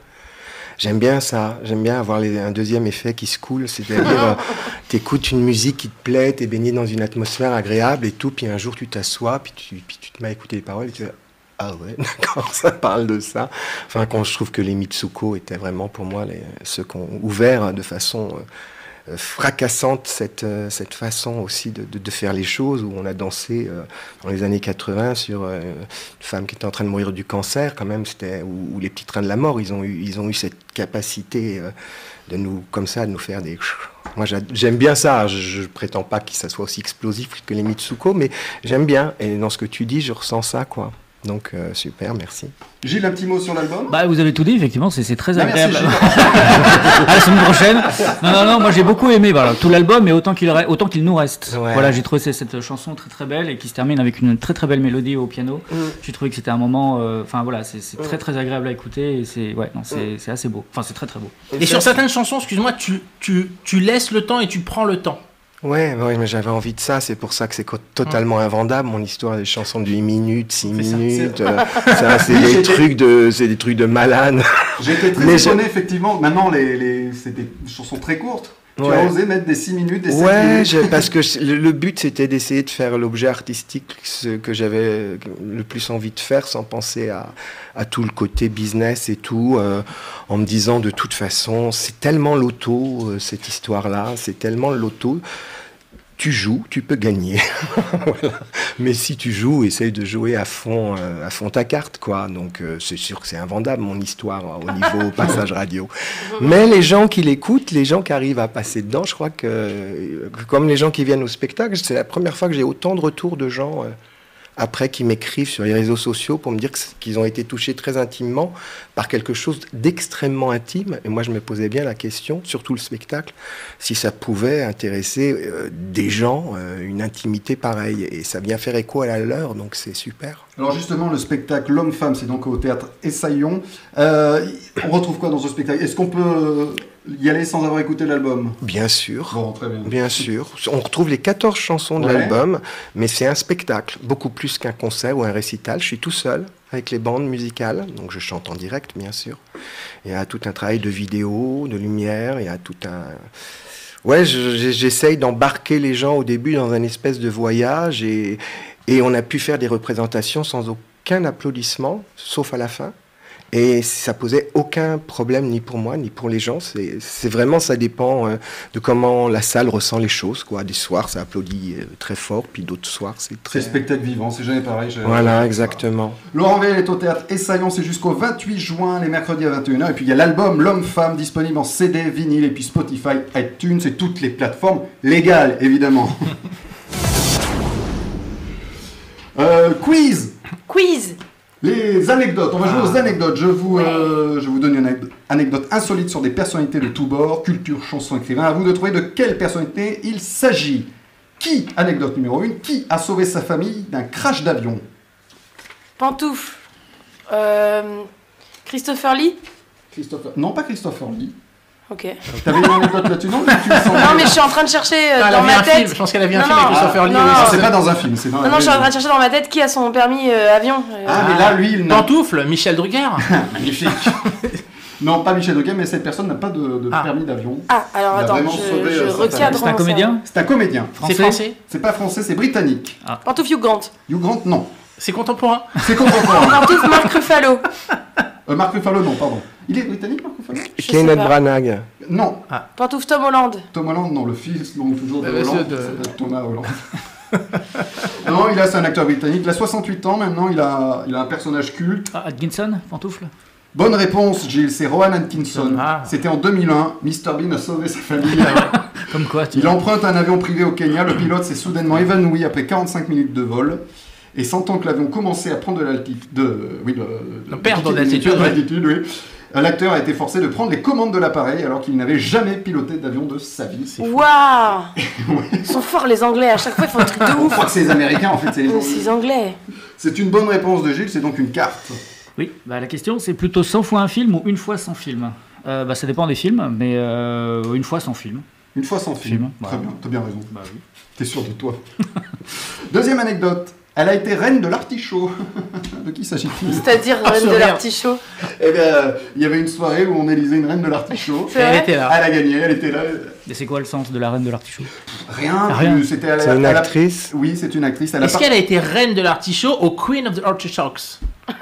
E: J'aime bien ça. J'aime bien avoir les- un deuxième effet qui se
C: [LAUGHS]
E: coule, c'est-à-dire euh, t'écoutes une musique qui te plaît, t'es baigné dans une atmosphère agréable et tout, puis un jour tu t'assois, puis tu, puis tu te mets à écouter les paroles. Et tu fais, ah ouais, [LAUGHS] d'accord, ça parle de ça. Enfin, quand je trouve que les Mitsuko étaient vraiment pour moi les, ceux qui ont ouvert de façon euh, euh, fracassante cette, euh, cette façon aussi de, de- de faire les choses, où on a dansé euh, dans les années 80 sur euh, une femme qui était en train de mourir du cancer, quand même, c'était ou, ou les petits trains de la mort, ils ont eu, ils ont eu cette capacité euh, de nous, comme ça, de nous faire des. Moi, j'a- j'aime bien ça. Je, je prétends pas que ça soit aussi explosif que les Mitsuko, mais j'aime bien. Et dans ce que tu dis, je ressens ça, quoi. Donc, euh, super, merci.
B: Gilles, un petit mot sur l'album
F: Bah, vous avez tout dit, effectivement, c'est c'est très
B: Non, merci,
F: agréable.
E: [LAUGHS]
B: Gilles.
F: à la semaine prochaine. Non, non, non, moi j'ai beaucoup aimé voilà, tout l'album et autant qu'il re- autant qu'il nous reste. Voilà, j'ai trouvé cette, cette chanson très très belle et qui se termine avec une très très belle mélodie au piano. J'ai trouvé que c'était un moment, euh, enfin voilà, c'est c'est très très agréable à écouter et c'est ouais, non, c'est c'est assez beau. Enfin, c'est très très beau.
C: Et sur certaines chansons, excuse-moi, tu, tu, tu laisses le temps et tu prends le temps.
E: Ouais, ouais, mais j'avais envie de ça, c'est pour ça que c'est co- totalement invendable, mon histoire des chansons de 8 minutes, 6 minutes,
B: c'est-
E: euh, ça c'est
B: Oui,
E: des
B: j'étais-
E: trucs de, c'est des trucs de malade.
B: J'étais très
E: Mais je-
B: étonné, effectivement. Maintenant, les, les- c'est des chansons très courtes. Tu as
E: Ouais.
B: osé mettre des 6 minutes, des 7
E: Ouais,
B: minutes.
E: je- parce que je- le, le but c'était d'essayer de faire l'objet artistique ce que j'avais le plus envie de faire sans penser à, à tout le côté business et tout, euh, en me disant de toute façon c'est tellement l'auto euh, cette histoire-là, c'est tellement l'auto. Tu joues, tu peux gagner. [LAUGHS] Voilà. Mais si tu joues, essaye de jouer à fond, euh, à fond ta carte, quoi. Donc euh, c'est sûr que c'est invendable mon histoire euh, au niveau passage radio. Mais les gens qui l'écoutent, les gens qui arrivent à passer dedans, je crois que euh, comme les gens qui viennent au spectacle, c'est la première fois que j'ai autant de retours de gens. euh, après, qui m'écrivent sur les réseaux sociaux pour me dire que c- qu'ils ont été touchés très intimement par quelque chose d'extrêmement intime. Et moi, je me posais bien la question, surtout le spectacle, si ça pouvait intéresser euh, des gens, euh, une intimité pareille. Et ça vient faire écho à la leur, donc c'est super.
B: Alors justement, le spectacle L'homme-femme, c'est donc au théâtre Essaillon. Euh, on retrouve quoi dans ce spectacle Est-ce qu'on peut euh, y aller sans avoir écouté l'album
E: Bien sûr.
B: Bon, très bien.
E: Bien sûr. On retrouve les 14 chansons de
B: Ouais.
E: l'album, mais c'est un spectacle, beaucoup plus qu'un concert ou un récital. Je suis tout seul avec les bandes musicales, donc je chante en direct, bien sûr. Il y a tout un travail de vidéo, de lumière, il y a tout un... Ouais, je- je- j'essaye d'embarquer les gens au début dans un espèce de voyage et, et on a pu faire des représentations sans aucun applaudissement, sauf à la fin. Et ça posait aucun problème ni pour moi ni pour les gens. C'est c'est vraiment, ça dépend euh, de comment la salle ressent les choses. Quoi. Des soirs, ça applaudit euh, très fort, puis d'autres soirs, c'est
B: C'est
E: très.
B: spectacle vivant, c'est jamais pareil. j'ai-
E: Voilà, exactement.
B: Laurent Veil est au théâtre Essaillon, c'est jusqu'au 28 juin, les mercredis à 21h. Et puis il y a l'album L'homme-femme disponible en CD, vinyle, et puis Spotify, iTunes, et toutes les plateformes légales, évidemment. Euh, quiz
D: Quiz
B: Les anecdotes, on va jouer aux anecdotes. Je vous, euh, je vous donne une anecdote- anecdote insolite sur des personnalités de tous bords, culture, chanson, écrivain. À vous de trouver de quelle personnalité il s'agit. Qui, anecdote numéro 1, qui a sauvé sa famille d'un crash d'avion
D: Pantoufle. Euh, Christopher Lee
B: Christopher. Non, pas Christopher Lee.
D: Ok.
B: T'avais une anecdote là-dessus, non Tu me sens-
D: Non, mais je suis en train de chercher euh,
B: Ah, elle
D: dans
B: avait un
D: ma tête.
B: film. Je pense qu'elle avait un
D: Non,
B: film
D: non.
B: avec Christopher Lee,
D: Non,
B: oui,
D: non,
B: ça, c'est pas dans un film, c'est dans
D: Non,
B: la
D: non, je suis en
B: vraie
D: train de
B: vie.
D: chercher dans ma tête qui a son permis euh, avion. Euh,
B: Ah. lui, il
C: Pantoufle, Michel Drucker.
B: Magnifique.
D: [LAUGHS]
B: non, pas Michel Drucker, mais cette personne n'a pas de, de permis d'avion.
D: Ah, alors
B: Il a
D: attends,
B: vraiment
D: je-
B: sauvé,
D: je
B: euh, sa
D: recadre
B: famille.
D: mon C'est un comédien cerveau.
B: C'est un comédien.
D: Français C'est français
B: C'est pas français, c'est britannique.
D: Pantoufle Hugh Grant.
B: Hugh Grant, non.
C: C'est contemporain.
B: C'est
D: [LAUGHS]
B: contemporain.
D: Pantoufle Marc Ruffalo.
B: Euh, Marc Ruffalo, non, pardon. Il est britannique, Marc Ruffalo
E: Kenneth Branagh.
B: Non.
D: Pantoufle Tom Holland.
B: Tom Holland, non, le fils, donc toujours de
D: Euh,
B: Hollande, [LAUGHS]
D: c'est de-
B: ça doit être Thomas Holland. non, il a, c'est un acteur britannique. Il a 68 ans maintenant, il a, il a un personnage culte.
F: Ah, Atkinson, pantoufle
B: Bonne réponse, Gilles, c'est Rowan Atkinson. C'était en 2001. Mr. Bean a sauvé sa famille.
F: Comme quoi tu
B: Il emprunte un avion privé au Kenya. Le pilote s'est soudainement évanoui après 45 minutes de vol. Et sentant que l'avion commençait à prendre de l'altitude. De, oui, de- de-
C: perdre
B: de-
C: d'altitude, ouais.
B: d'altitude, oui. L'acteur a été forcé de prendre les commandes de l'appareil alors qu'il n'avait jamais piloté d'avion de sa vie.
D: Waouh Ils sont forts les Anglais, à chaque fois ils font un truc de
B: On [LAUGHS]
D: ouf.
B: croit que c'est les Américains, en fait, c'est les
D: Mais
B: Anglais.
D: C'est les Anglais.
B: C'est une bonne réponse de Gilles, c'est donc une carte.
F: Oui, bah, la question c'est plutôt 100 fois un film ou une fois sans film Euh, bah, Ça dépend des films, mais euh, une fois sans film.
B: Une fois sans film.
F: voilà.
B: Très bien, t'as bien raison.
C: Bah
B: T'es sûr de toi. [LAUGHS] Deuxième anecdote. Elle a été reine de l'artichaut. [LAUGHS] de qui s'agit-il
D: C'est-à-dire
B: Ah,
D: reine
B: ce
D: de
B: rire.
D: l'artichaut.
B: Eh bien, il y avait une soirée où on élisait une reine de l'artichaut.
D: C'est vrai Elle
F: était là.
B: Elle a gagné, elle était là.
F: Et c'est quoi le sens de la reine de l'artichaut
B: Rien, plus, c'était à la-
E: C'est une
B: à la-
E: actrice
B: Oui, c'est une actrice. Elle a
C: Est-ce
B: par-
C: qu'elle a été reine de l'artichaut ou queen of the artichokes
D: [LAUGHS]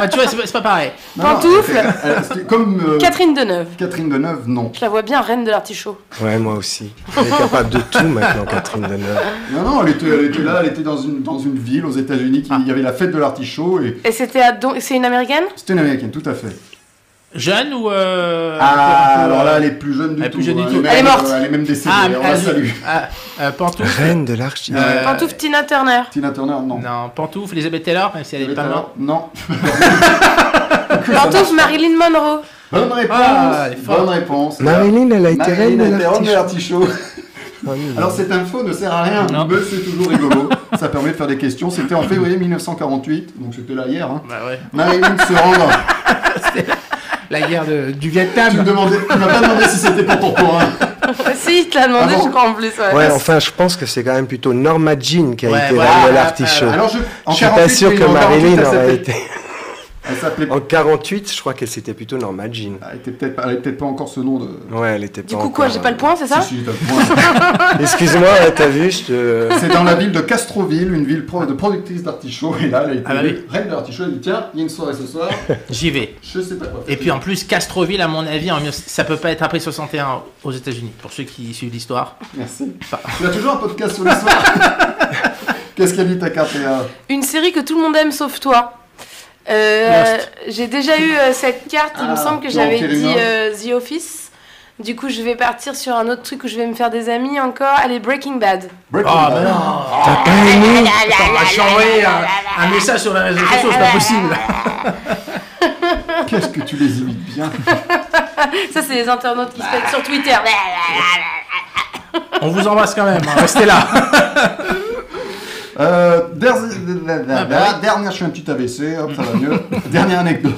C: Ah, Tu vois, c'est pas- c'est pas pareil.
B: Non, non,
D: Pantoufle.
B: elle- elle- c'était Comme euh,
D: Catherine Deneuve.
B: Catherine Deneuve, non.
D: Je la vois bien reine de l'artichaut.
E: Ouais, moi aussi. Elle est capable de tout maintenant, Catherine Deneuve.
B: Non, non, elle était, elle était là, elle était dans une, dans une ville aux États-Unis, qui- il y avait la fête de l'artichaut et
D: Et c'était à Don... C'est une américaine
B: c'était une américaine, tout à fait.
C: Jeune ou. euh,
B: Ah,
C: un peu-
B: alors là, elle est plus jeune du
C: Elle est
B: tout.
C: plus jeune du
B: hein,
C: tout.
B: même-
C: Elle est morte.
B: Elle est même décédée,
C: Ah,
B: on
C: ah,
B: la
C: zut.
B: salue.
C: Ah, euh, pantoufle.
E: Reine de l'archive.
C: Euh,
D: Pantoufle Tina Turner.
B: Tina Turner, non.
C: Non, pantoufle, Elisabeth Taylor, même si elle est pas morte.
B: Non.
D: Pantoufle Marilyn Monroe.
B: Bonne réponse.
C: Ah, elle est forte.
B: bonne réponse.
E: Marilyn, elle a été
B: Marilyn
E: reine de
B: a été reine de
E: l'artichaut.
B: l'artichaut. Alors cette info ne sert à rien, mais c'est toujours rigolo. Ça permet de faire des questions. C'était en février 1948, donc c'était là hier. hein.
C: Bah ouais.
B: Marilyn se rend.
C: La guerre de- du Vietnam.
B: Tu me demandais, tu m'as pas demandé si c'était pour hein. ton coin.
D: si, il te l'a demandé,
B: Ah bon
D: je crois en plus. Ouais.
E: Ouais, enfin, je pense que c'est quand même plutôt Norma Jean qui a
B: Ouais,
E: été
B: voilà.
E: reine de
B: Ah,
E: l'artichaut.
B: alors je- en
E: suis pas
B: 48,
E: sûr
B: oui,
E: que
B: en 48,
E: Marilyn
B: elle
E: aurait été.
B: s'appelait- Elle s'appelait.
E: En 48, je crois qu'elle c'était plutôt Norma Jean.
B: Elle était peut-être pas, elle était pas encore ce nom de.
E: Ouais, elle était pas.
D: Du coup,
E: encore, euh,
D: quoi, j'ai pas le point, c'est ça
B: euh, Si, si, t'as le point.
E: Excuse-moi, ouais, t'as vu, je [LAUGHS] te.
B: C'est dans la ville de Castroville, une ville pro- de productrice d'artichauts. Et là, elle a été
C: Ah, bah oui.
B: reine de l'artichaut. Elle dit tiens, il y a une soirée ce soir.
C: J'y vais.
B: Je sais pas quoi. faire.
C: Et puis en plus, Castroville, à mon avis, en mieux- ça peut pas être après 61 aux États-Unis, pour ceux qui suivent l'histoire.
B: Merci. Tu as toujours un podcast sur
C: [LAUGHS]
B: l'histoire. Qu'est-ce qu'elle dit ta carte Léa
D: Une série que tout le monde aime sauf toi. Euh, j'ai déjà eu euh, cette carte, il me
B: Ah,
D: semble que
B: non,
D: j'avais
B: Kérina.
D: dit euh, The Office. Du coup, je vais partir sur un autre truc où je vais me faire des amis encore. Allez, Breaking Bad.
B: Breaking
C: Ah,
B: Bad.
C: bah non bah, Attends, on va changer un, un message sur les réseaux sociaux, c'est pas possible
B: Qu'est-ce que tu les imites
C: [LAUGHS]
B: bien
D: Ça, c'est les internautes qui se pètent sur Twitter.
C: On vous embrasse quand même, hein, restez là
B: Euh, derzi-
C: Ah, bah oui.
B: Dernière, je suis un petit AVC, hop, ça va mieux. Dernière anecdote.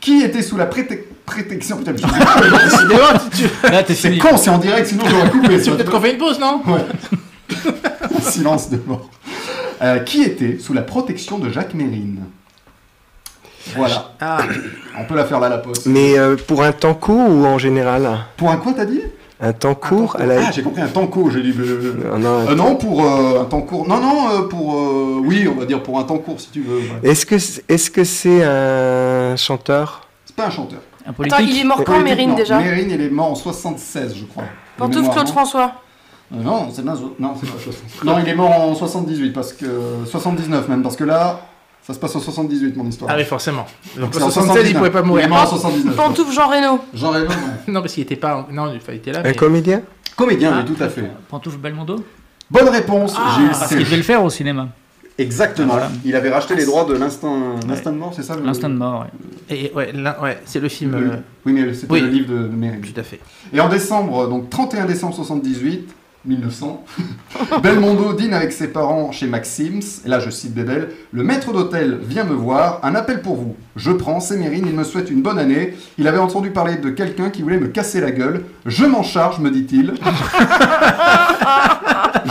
B: Qui était sous la préte- prétection Putain, mais je suis désolé,
C: Décidément, tu- tu-
F: Là, t'es
B: C'est
F: fini.
B: con, c'est en direct, sinon j'aurais coupé.
C: tu veux peut-être qu'on fait une pause, non
B: [LAUGHS] Silence de mort. Euh, qui était sous la protection de Jacques Mérine Voilà.
C: Ah,
B: On peut la faire là, la poste.
E: Mais euh, pour un temps court ou en général
B: Pour un quoi, t'as dit
E: Un temps court, elle a
B: Ah, j'ai compris, un tanko, j'ai dit. euh,
E: Non, non,
B: euh, non, pour euh, un temps court. Non, non, euh, pour. euh, oui, on va dire pour un temps court, si tu veux. ouais.
E: Est-ce que c'est- est-ce que c'est un chanteur
B: C'est pas un chanteur.
F: Un
D: Attends, il est mort quand,
B: Politique,
D: Mérine,
B: non.
D: déjà
B: Mérine, il est mort en 76, je crois.
D: Pantoufle
B: De
D: Claude
B: mémoire,
D: François.
B: Non, non c'est pas, non, c'est pas 76. Non, il est mort en 78, parce que. 79 même, parce que là, ça se passe en 78, mon histoire.
C: ah oui, forcément. Donc en
B: C'est en
C: 76, il
B: 79.
C: pouvait pas mourir.
B: Il est mort en 79.
D: Pantoufle Jean Reno.
B: Jean Reno, non.
C: Non, parce qu'il était pas... Non, il était là,
E: Un
C: mais-
E: comédien
B: Comédien,
F: Ah,
B: oui, tout à fait.
F: Pantoufle Belmondo
B: Bonne réponse, Gilles.
D: Ah.
F: Ah, Parce
C: Ah,
B: c'est-
F: qu'il devait le faire au cinéma.
B: Exactement.
C: Voilà.
B: Il avait racheté
D: Ah,
B: les droits de l'instinct l'instinct de mort, c'est ça le-
C: L'instinct de mort, ouais. Et, ouais, l'in- ouais, c'est le film.
B: Le-
C: euh,
B: Oui, mais c'était
C: oui.
B: le livre de, de Mérimée.
C: Tout à fait.
B: Et en décembre, donc 31 décembre 78, 1900, [LAUGHS] Belmondo dîne avec ses parents chez Maxims. Et là, je cite Bébel Le maître d'hôtel vient me voir, un appel pour vous. Je prends Sémérine, il me souhaite une bonne année. Il avait entendu parler de quelqu'un qui voulait me casser la gueule. Je m'en charge, me dit-il. [LAUGHS]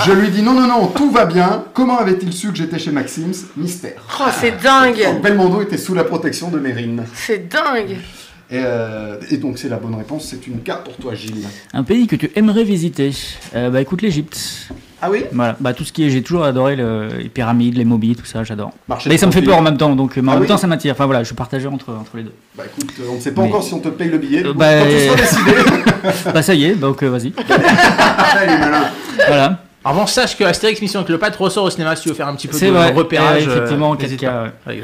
B: je lui dis Non, non, non, tout va bien. Comment avait-il su que j'étais chez Maxims Mystère.
D: Oh, c'est
B: Ah,
D: dingue
B: Donc, Belmondo était sous la protection de Mérine.
D: C'est dingue
B: Et, euh, et donc c'est la bonne réponse, c'est une carte pour toi Gilles.
F: Un pays que tu aimerais visiter Euh, Bah écoute l'Égypte.
B: Ah oui
F: Voilà, bah tout ce qui est, j'ai toujours adoré le- les pyramides, les mobiles, tout ça, j'adore.
B: Marché
F: Mais ça me fait
B: tranquille.
F: peur en même temps, donc euh, mais en
B: Ah
F: même
B: oui
F: temps ça m'attire. Enfin voilà, je suis partagé entre, entre les deux.
B: Bah écoute, euh, on ne sait pas
F: Mais-
B: encore si on te paye le billet.
F: Euh,
B: donc,
F: bah,
B: Quand tout
F: [LAUGHS]
B: sera décidé.
F: bah ça y est, donc euh, vas-y. Voilà.
C: En revanche, sache que Astérix Mission Cléopâtre ressort au cinéma si tu veux faire un petit peu
F: C'est
C: de
F: vrai.
C: repérage.
F: Ouais, effectivement,
C: euh, n'hésite
F: 4K,
C: pas.
F: ouais.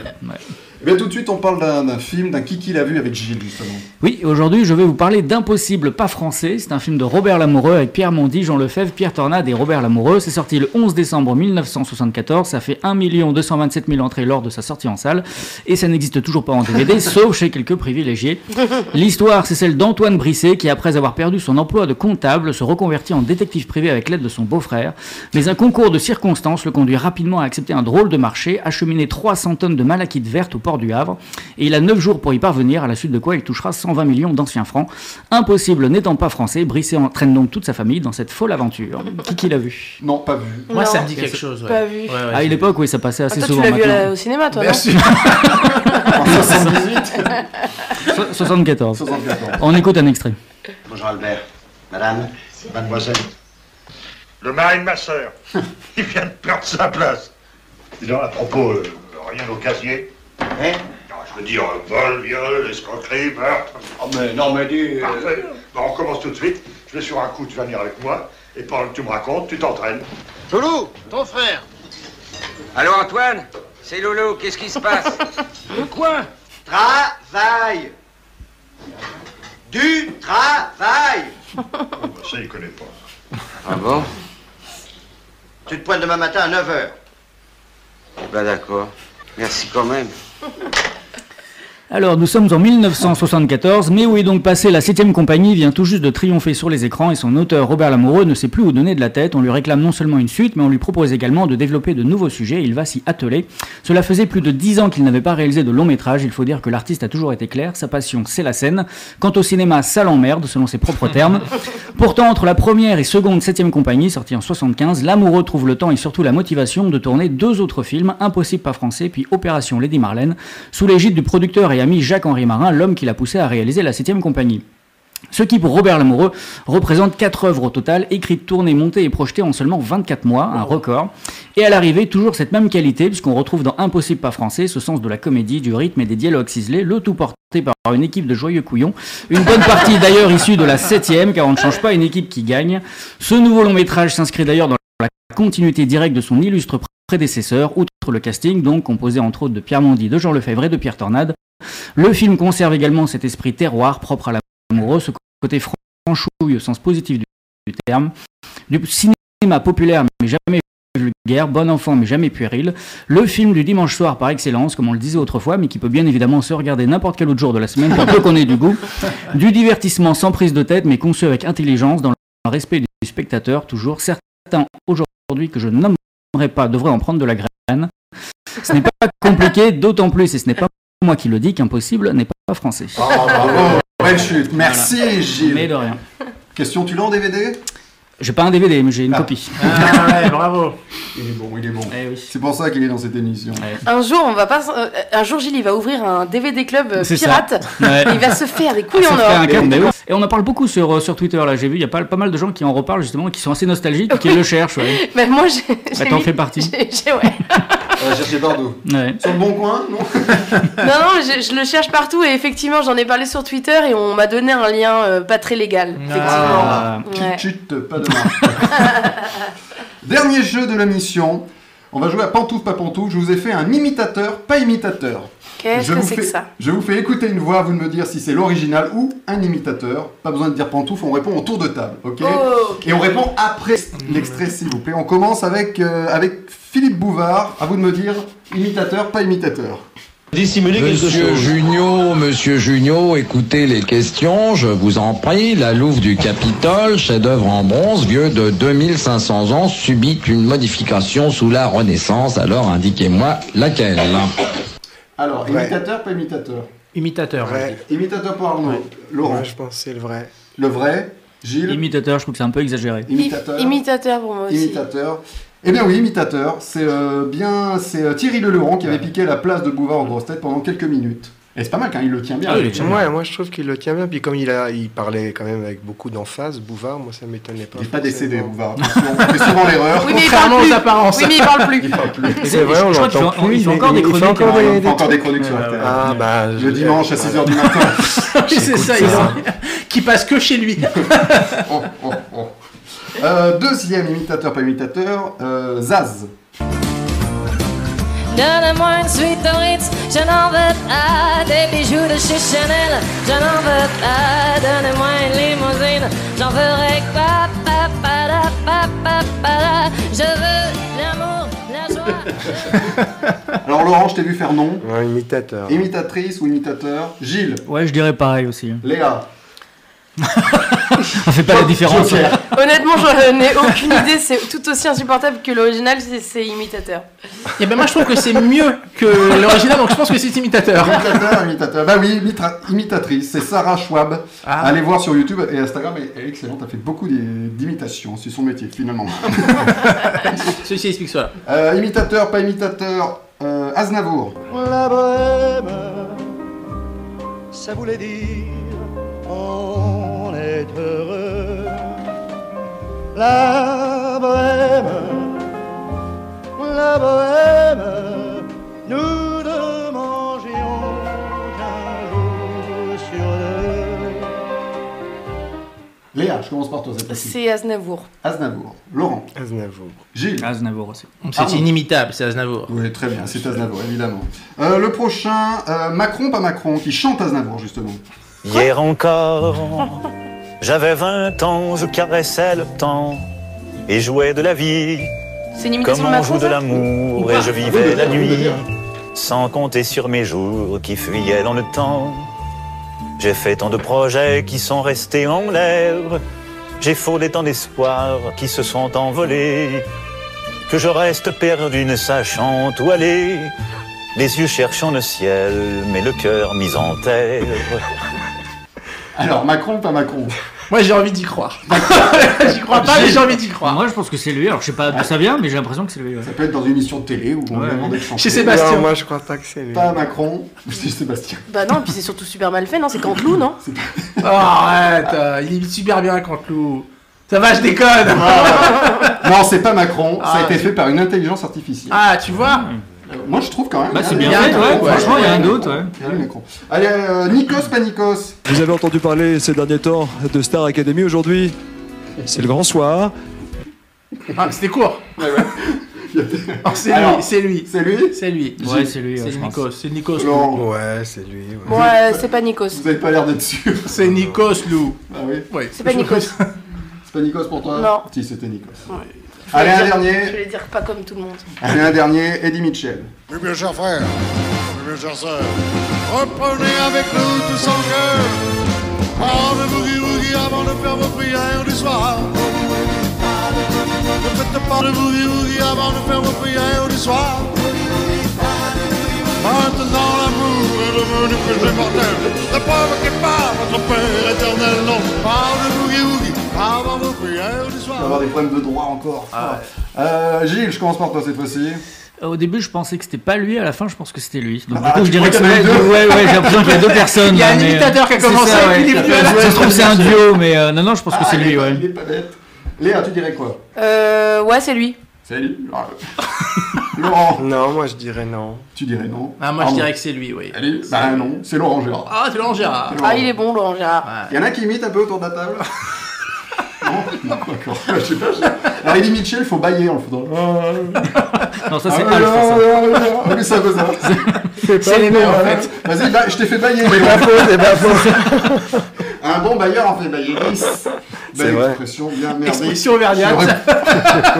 B: Eh bien tout de suite on parle d'un d'un film, d'un qui qui l'a vu avec Gilles justement.
F: Oui, aujourd'hui je vais vous parler d'Impossible pas français. C'est un film de Robert Lamoureux avec Pierre Mondy, Jean Lefebvre, Pierre Tornade et Robert Lamoureux. C'est sorti le 11 décembre 1974. Ça fait 1 227 000 entrées lors de sa sortie en salle. Et ça n'existe toujours pas en DVD, sauf chez quelques privilégiés. L'histoire, c'est celle d'Antoine Brisset qui, après avoir perdu son emploi de comptable, se reconvertit en détective privé avec l'aide de son beau-frère. Mais un concours de circonstances le conduit rapidement à accepter un drôle de marché, acheminer 300 tonnes de malachite verte au port du Havre. Et il a 9 jours pour y parvenir, à la suite de quoi il touchera 120 millions d'anciens francs. Impossible n'étant pas français, Brisset entraîne donc toute sa famille dans cette folle aventure. Qui qui l'a vu
B: Non, pas [LAUGHS] vu.
C: Moi, ça me dit quelque chose. ouais.
D: Pas vu.
C: Ouais, ouais,
F: À
C: c'est-
F: une époque, oui, ça passait assez
D: Ah, toi, tu
F: souvent
D: l'as vu à la-
F: maintenant.
D: au cinéma, toi, non
F: Bien sûr.
B: En 78.
F: So- 74.
B: 74.
F: On écoute un extrait.
M: Bonjour Albert. Madame, mademoiselle. Le mari de ma [LAUGHS] sœur. Il vient de perdre sa place. Dis donc, à propos, euh, rien au casier. Hein Je veux dire, euh, vol, viol, escroquerie, meurtre. Oh, mais non, mais dis. on commence tout de suite. Je vais sur un coup, tu vas venir avec moi. Et pendant que tu me racontes, tu t'entraînes.
N: Loulou, ton frère. Allô Antoine C'est Loulou, qu'est-ce qui se passe Le coin
M: Travail Du travail Ça, il connaît pas.
N: Ah bon
M: Tu te pointes demain matin à 9h.
N: Bah d'accord. Merci quand même.
F: Alors, nous sommes en 1974, mais où est donc passé la 7 compagnie vient tout juste de triompher sur les écrans et son auteur Robert Lamoureux ne sait plus où donner de la tête. On lui réclame non seulement une suite, mais on lui propose également de développer de nouveaux sujets et il va s'y atteler. Cela faisait plus de 10 ans qu'il n'avait pas réalisé de long métrage. Il faut dire que l'artiste a toujours été clair, sa passion c'est la scène. Quant au cinéma, ça l'emmerde, selon ses propres termes. Pourtant, entre la première et seconde 7 compagnie, sortie en 75, l'amoureux trouve le temps et surtout la motivation de tourner deux autres films, Impossible pas français, puis Opération Lady Marlène, sous l'égide du producteur et ami Jacques-Henri Marin, l'homme qui l'a poussé à réaliser la 7 compagnie. Ce qui, pour Robert Lamoureux, représente quatre œuvres au total, écrites, tournées, montées et projetées en seulement 24 mois, un record. Et à l'arrivée, toujours cette même qualité, puisqu'on retrouve dans Impossible pas français ce sens de la comédie, du rythme et des dialogues ciselés, le tout porté par une équipe de joyeux couillons. Une bonne partie d'ailleurs issue de la septième, car on ne change pas une équipe qui gagne. Ce nouveau long métrage s'inscrit d'ailleurs dans la continuité directe de son illustre prédécesseur, outre le casting, donc composé entre autres de Pierre Mondy, de Jean Lefebvre et de Pierre Tornade. Le film conserve également cet esprit terroir propre à l'amoureux, ce côté franchouille au sens positif du, du terme, du cinéma populaire mais jamais vulgaire, bon enfant mais jamais puéril, le film du dimanche soir par excellence, comme on le disait autrefois, mais qui peut bien évidemment se regarder n'importe quel autre jour de la semaine, pour peu qu'on ait du goût, du divertissement sans prise de tête mais conçu avec intelligence dans le respect du spectateur, toujours certains aujourd'hui que je nommerai pas devraient en prendre de la graine. Ce n'est pas compliqué, d'autant plus, et ce n'est pas moi qui le dis, qu'impossible n'est pas français.
B: Oh, bravo. Belle chute. Merci
F: Voilà.
B: Gilles.
F: Mais de rien.
B: Question, tu l'as en DVD
F: J'ai pas un DVD, mais j'ai une copie.
B: ouais, bravo. Il est bon, il est bon. Eh. C'est pour ça qu'il est dans cette émission.
D: Un jour, on va pas. s- euh, Un jour, Gilles, il va ouvrir un DVD club euh,
F: C'est ça.
D: pirate.
F: Ouais.
D: Et il va se faire des couilles
F: [LAUGHS] Ça
D: en
F: fait un
D: or.
F: câble, mais oui. Et on en parle beaucoup sur, euh, sur Twitter, là, j'ai vu, il y a pas, pas mal de gens qui en reparlent justement, qui sont assez nostalgiques, et qui le cherchent.
B: [LAUGHS]
F: ouais.
D: Mais moi, j'ai. j'ai
F: t'en
D: mis-
F: fais
D: [LAUGHS]
F: partie.
D: j'ai- j'ai- ouais.
B: Euh, Chercher Bardot.
F: Ouais.
B: Sur le bon coin, non
D: Non, non, je, je le cherche partout et effectivement, j'en ai parlé sur Twitter et on m'a donné un lien euh, pas très légal.
B: Ah.
F: euh,
D: Effectivement. Ouais.
B: Chut, chut, pas de marche. Dernier jeu de la mission. On va jouer à pantouf pas pantouf. Je vous ai fait un imitateur pas imitateur.
D: Qu'est-ce
B: Je
D: que
B: vous
D: c'est que
B: fais-
D: ça
B: Je vous fais écouter une voix, vous de me dire si c'est l'original ou un imitateur. Pas besoin de dire pantouf, on répond en tour de table, ok
D: Oh, ok.
B: Et on répond après l'extrait, s'il vous plaît. On commence avec, euh, avec Philippe Bouvard. À vous de me dire imitateur, pas imitateur.
O: Dissimuler
B: quelque
P: Monsieur
B: chose.
P: Junio, Monsieur Junio, écoutez les questions, je vous en prie. La Louve du Capitole, chef-d'œuvre en bronze, vieux de 2500 ans, subit une modification sous la Renaissance. Alors indiquez-moi laquelle.
B: Alors,
E: Ouais.
B: imitateur, pas imitateur
C: Imitateur.
E: Vrai.
B: Imitateur pour Arnaud. Laurent.
E: Ouais, je pense que c'est le vrai.
B: Le vrai. Gilles.
F: Imitateur, je trouve que c'est un peu exagéré.
B: Imitateur.
D: Imitateur pour moi aussi.
B: Imitateur. Eh bien oui, imitateur. C'est euh, bien, c'est euh, Thierry Leluron qui avait piqué la place de Bouvard en grosse tête pendant quelques minutes. Et c'est pas mal quand il le
E: Ah
B: tient bien.
E: Ouais, moi je trouve qu'il le tient bien. Puis comme il, a, il parlait quand même avec beaucoup d'emphase, Bouvard, moi ça m'étonnait pas.
B: Il n'est pas décédé, Bouvard. On fait souvent l'erreur.
E: Oui, mais il parle Contrairement aux plus. apparences. Oui, mais il parle plus.
B: [LAUGHS] Il parle plus.
E: Et c'est vrai, on Je crois qu'il l'entend fait- plus, il fait il- encore il- des il fait chroniques, encore hein. des- des
B: encore des
E: trucs.
B: chroniques sur la
E: Ouais,
B: télé.
E: ouais. Ah, bah, je-
B: le dimanche à 6h du matin. [LAUGHS]
C: Oui, c'est ça, il en- [LAUGHS] qui passe que chez lui.
B: Oh, oh, oh. Euh, deuxième imitateur, pas imitateur, euh, Zaz.
Q: Donne-moi une suite au Ritz, je n'en veux pas. Des bijoux de chez Chanel, je n'en veux pas. Donne-moi une limousine, j'en ferai que pa pa pa da, pa pa pa da. Je veux l'amour, la joie.
B: Alors Laurent, je t'ai vu faire non.
E: imitateur.
B: Imitatrice ou imitateur, Gilles,
F: Ouais, je dirais pareil aussi.
B: Léa.
F: On fait pas la différence.
B: Joker.
D: Honnêtement, je n'ai aucune idée. C'est tout aussi insupportable que l'original, c'est- c'est imitateur.
C: Et ben moi je trouve que c'est mieux que l'original, donc je pense que c'est imitateur.
B: Imitateur, imitateur. Bah oui, imitra- imitatrice, c'est Sarah Schwab.
F: Ah.
B: Allez voir sur YouTube et Instagram, elle- elle est excellente, elle fait beaucoup d'i- d'imitations, c'est son métier finalement.
C: Ceci explique cela.
B: Euh, imitateur, pas imitateur, euh, Aznavour.
R: La bohème, ça voulait dire on est heureux. La bohème, la bohème, nous ne mangions qu'un jour sur
B: Léa, je commence par toi cette fois-ci.
D: C'est Aznavour.
B: Aznavour. Laurent.
E: Aznavour.
B: Gilles.
C: Ah.
F: Aznavour aussi.
C: C'est inimitable, c'est Aznavour.
B: Oui, très bien, c'est Aznavour, évidemment. Euh, le prochain, euh, Macron, pas Macron, qui chante Aznavour justement.
S: [LAUGHS] Hier encore, j'avais 20 ans, je caressais le temps et jouais de la vie.
D: C'est une imitation
S: Comme
D: de
S: on
D: Macron,
S: joue de
D: ça
S: l'amour et je vivais la nuit, sans compter sur mes jours qui fuyaient dans le temps. J'ai fait tant de projets qui sont restés en l'air, j'ai fondé tant d'espoirs qui se sont envolés, que je reste perdu ne sachant où aller, les yeux cherchant le ciel, mais le cœur mis en terre.
B: Alors, Macron, pas Macron.
C: Moi j'ai envie d'y croire. [LAUGHS] J'y crois pas, mais j'ai envie d'y croire.
F: Moi, je pense que c'est lui. Alors, je sais pas d'où ça vient, mais j'ai l'impression que c'est lui.
B: Ça peut être dans une émission de télé où on
F: Ouais.
B: lui demande de chanter.
F: Chez Sébastien.
E: Non, moi je crois pas que c'est lui.
B: Pas Macron, [LAUGHS] c'est Sébastien.
D: Bah non, et puis c'est surtout super mal fait, non C'est Cantelou, non
C: Oh, arrête, euh, il imite super bien Cantelou. Ça va, je déconne.
B: Non, c'est pas Macron, ça a
C: Ah,
B: été
C: tu-
B: fait par une intelligence artificielle. Euh,
C: Ah, tu vois
B: Moi je trouve quand même.
C: Bah,
B: il y a-
C: c'est bien
B: il y a
C: fait,
B: un
C: ouais,
B: Macron,
C: franchement, il y a un
B: Macron.
C: doute, ouais.
B: Il y a un Macron. Allez, euh, Nikos, pas Nikos.
T: Vous avez entendu parler ces derniers temps de Star Academy aujourd'hui C'est le grand soir.
C: Ah, c'était court. Oh, c'est
B: Alors,
C: lui, c'est lui.
B: C'est lui
C: C'est lui.
F: Ouais, c'est lui, ouais,
C: C'est
F: je
C: Nikos, c'est Nikos.
B: Laurent.
C: Lou.
E: Ouais, c'est lui. ouais.
D: Bon, euh, c'est pas Nikos.
B: Vous avez pas l'air d'être sûr. [LAUGHS]
C: C'est Nikos, Lou.
B: Ah oui
C: Ouais.
D: C'est pas Nikos.
B: C'est pas Nikos pour toi
D: Non.
B: Si, c'était Nikos.
D: Ouais.
B: Allez,
D: Je
B: un
D: voulais dire-
B: dernier.
D: Je voulais dire pas comme tout le monde.
B: Allez, un dernier, Eddie Mitchell.
U: Oui, mes chers frères, oui, mes chers sœurs, reprenez avec nous tout son cœur. Avant de boogie woogie, avant de faire vos prières du soir. Ne faites pas de boogie woogie avant de faire vos prières du soir. Maintenant l'amour est devenu péché mortel. Ne provoquez pas votre Père éternel, non. Pas de boogie woogie avant vos prières du
B: On
U: soir.
B: va avoir des problèmes de droit encore. Euh, Gilles, je commence par toi cette fois-ci.
F: Euh, Au début, je pensais que c'était pas lui. À la fin, je pense que c'était lui. Donc,
B: Ah,
F: du coup,
B: tu
F: je dirais que
B: crois
F: c'est
B: qu'il y en a deux
F: Ouais, ouais, j'ai l'impression
B: [LAUGHS]
F: qu'il y a deux personnes.
C: Il y a
F: là,
C: un
F: mais, euh,
C: imitateur qui a
F: c'est
C: commencé
F: ça,
C: et puis
F: ouais.
C: il est venu à la
F: Ça se trouve, c'est un
C: fin.
F: duo, mais euh, non, non, je pense que c'est lui, ouais.
B: Ah, Il est pas bête. Léa, tu dirais quoi
D: Euh, ouais, c'est lui.
B: C'est lui. [LAUGHS] Laurent.
E: Non, moi je dirais non.
B: Tu dirais non
C: Ah, moi je dirais que c'est lui, oui.
B: Allez, bah non, c'est Laurent Gérard.
C: Ah, c'est Laurent Gérard.
D: Ah, il est bon, Laurent Gérard.
B: Il y en a qui imitent un peu autour de la table Non, non, d'accord. Je sais pas. je- Alors, Alors, Eddie Mitchell, faut bailler en le faisant.
F: Non, ça,
B: Ah,
F: c'est
B: ouais,
F: Alf, ça.
B: ouais, ouais, ouais, ouais, mais ça, c'est ça.
F: C'est les mêmes, en fait.
B: Vas-y, bah, je t'ai fait bailler.
F: C'est pas faux, c'est pas
B: faux. [LAUGHS] Un bon bailleur en fait bailler 10.
L: C'est
B: Belle
L: vrai.
B: expression, bien merdée.
L: Expression verdiate.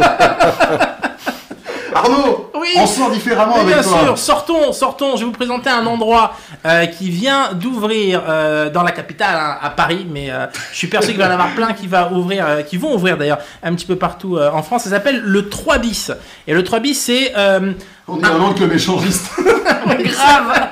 B: [LAUGHS] Arnaud, on sort différemment
C: Mais
B: avec
C: Ah, bien
B: toi.
C: sûr, sortons, sortons. Je vais vous présenter un endroit euh, qui vient d'ouvrir euh, dans la capitale, hein, à Paris, mais euh, je suis persuadé qu'il va y en avoir plein qui, va ouvrir, euh, qui vont ouvrir d'ailleurs un petit peu partout euh, en France. Ça s'appelle le 3 bis. Et le 3 bis, c'est. euh,
B: on dit un nom que
C: [LAUGHS]
B: méchangiste.
C: grave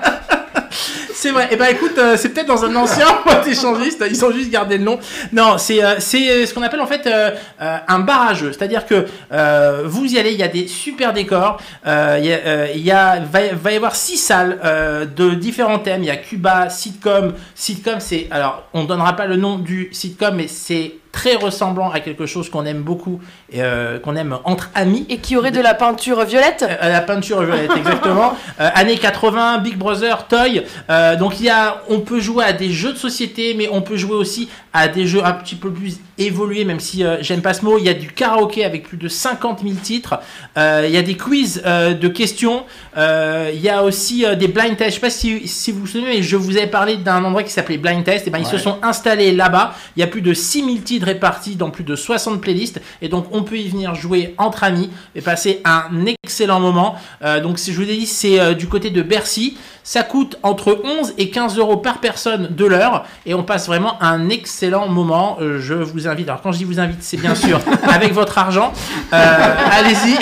C: C'est vrai. Et eh ben écoute, euh, c'est peut-être dans un ancien [LAUGHS] boîte échangiste. Ils ont juste gardé le nom. Non, c'est euh, c'est euh, ce qu'on appelle en fait euh, euh, un barrageux. C'est-à-dire que euh, vous y allez, il y a des super décors. Euh, Il y a, euh, il y a- va, y- va y avoir six salles euh, de différents thèmes. Il y a Cuba, sitcom, sitcom. C'est alors on donnera pas le nom du sitcom, mais c'est très ressemblant à quelque chose qu'on aime beaucoup et euh, qu'on aime entre amis.
D: Et qui aurait de la peinture violette
C: Euh, La peinture violette, exactement. Euh, années 80, Big Brother, Toy. Euh, donc il y a, on peut jouer à des jeux de société, mais on peut jouer aussi à des jeux un petit peu plus évolués, même si euh, j'aime pas ce mot. Il y a du karaoké avec plus de 50 000 titres. Euh, il y a des quiz euh, de questions. Euh, il y a aussi euh, des blind tests. Je sais pas si, si vous vous souvenez, mais je vous avais parlé d'un endroit qui s'appelait Blind Test. Et ben ils se
F: Ouais.
C: sont installés là-bas. Il y a plus de 6000 titres répartis dans plus de 60 playlists. Et donc, on peut y venir jouer entre amis et passer un excellent moment. Euh, donc, si je vous ai dit, c'est euh, du côté de Bercy. Ça coûte entre 11 et 15 euros par personne de l'heure. Et on passe vraiment un excellent moment. Euh, je vous invite. Alors, quand je dis vous invite, c'est bien sûr avec votre argent. Euh, allez-y.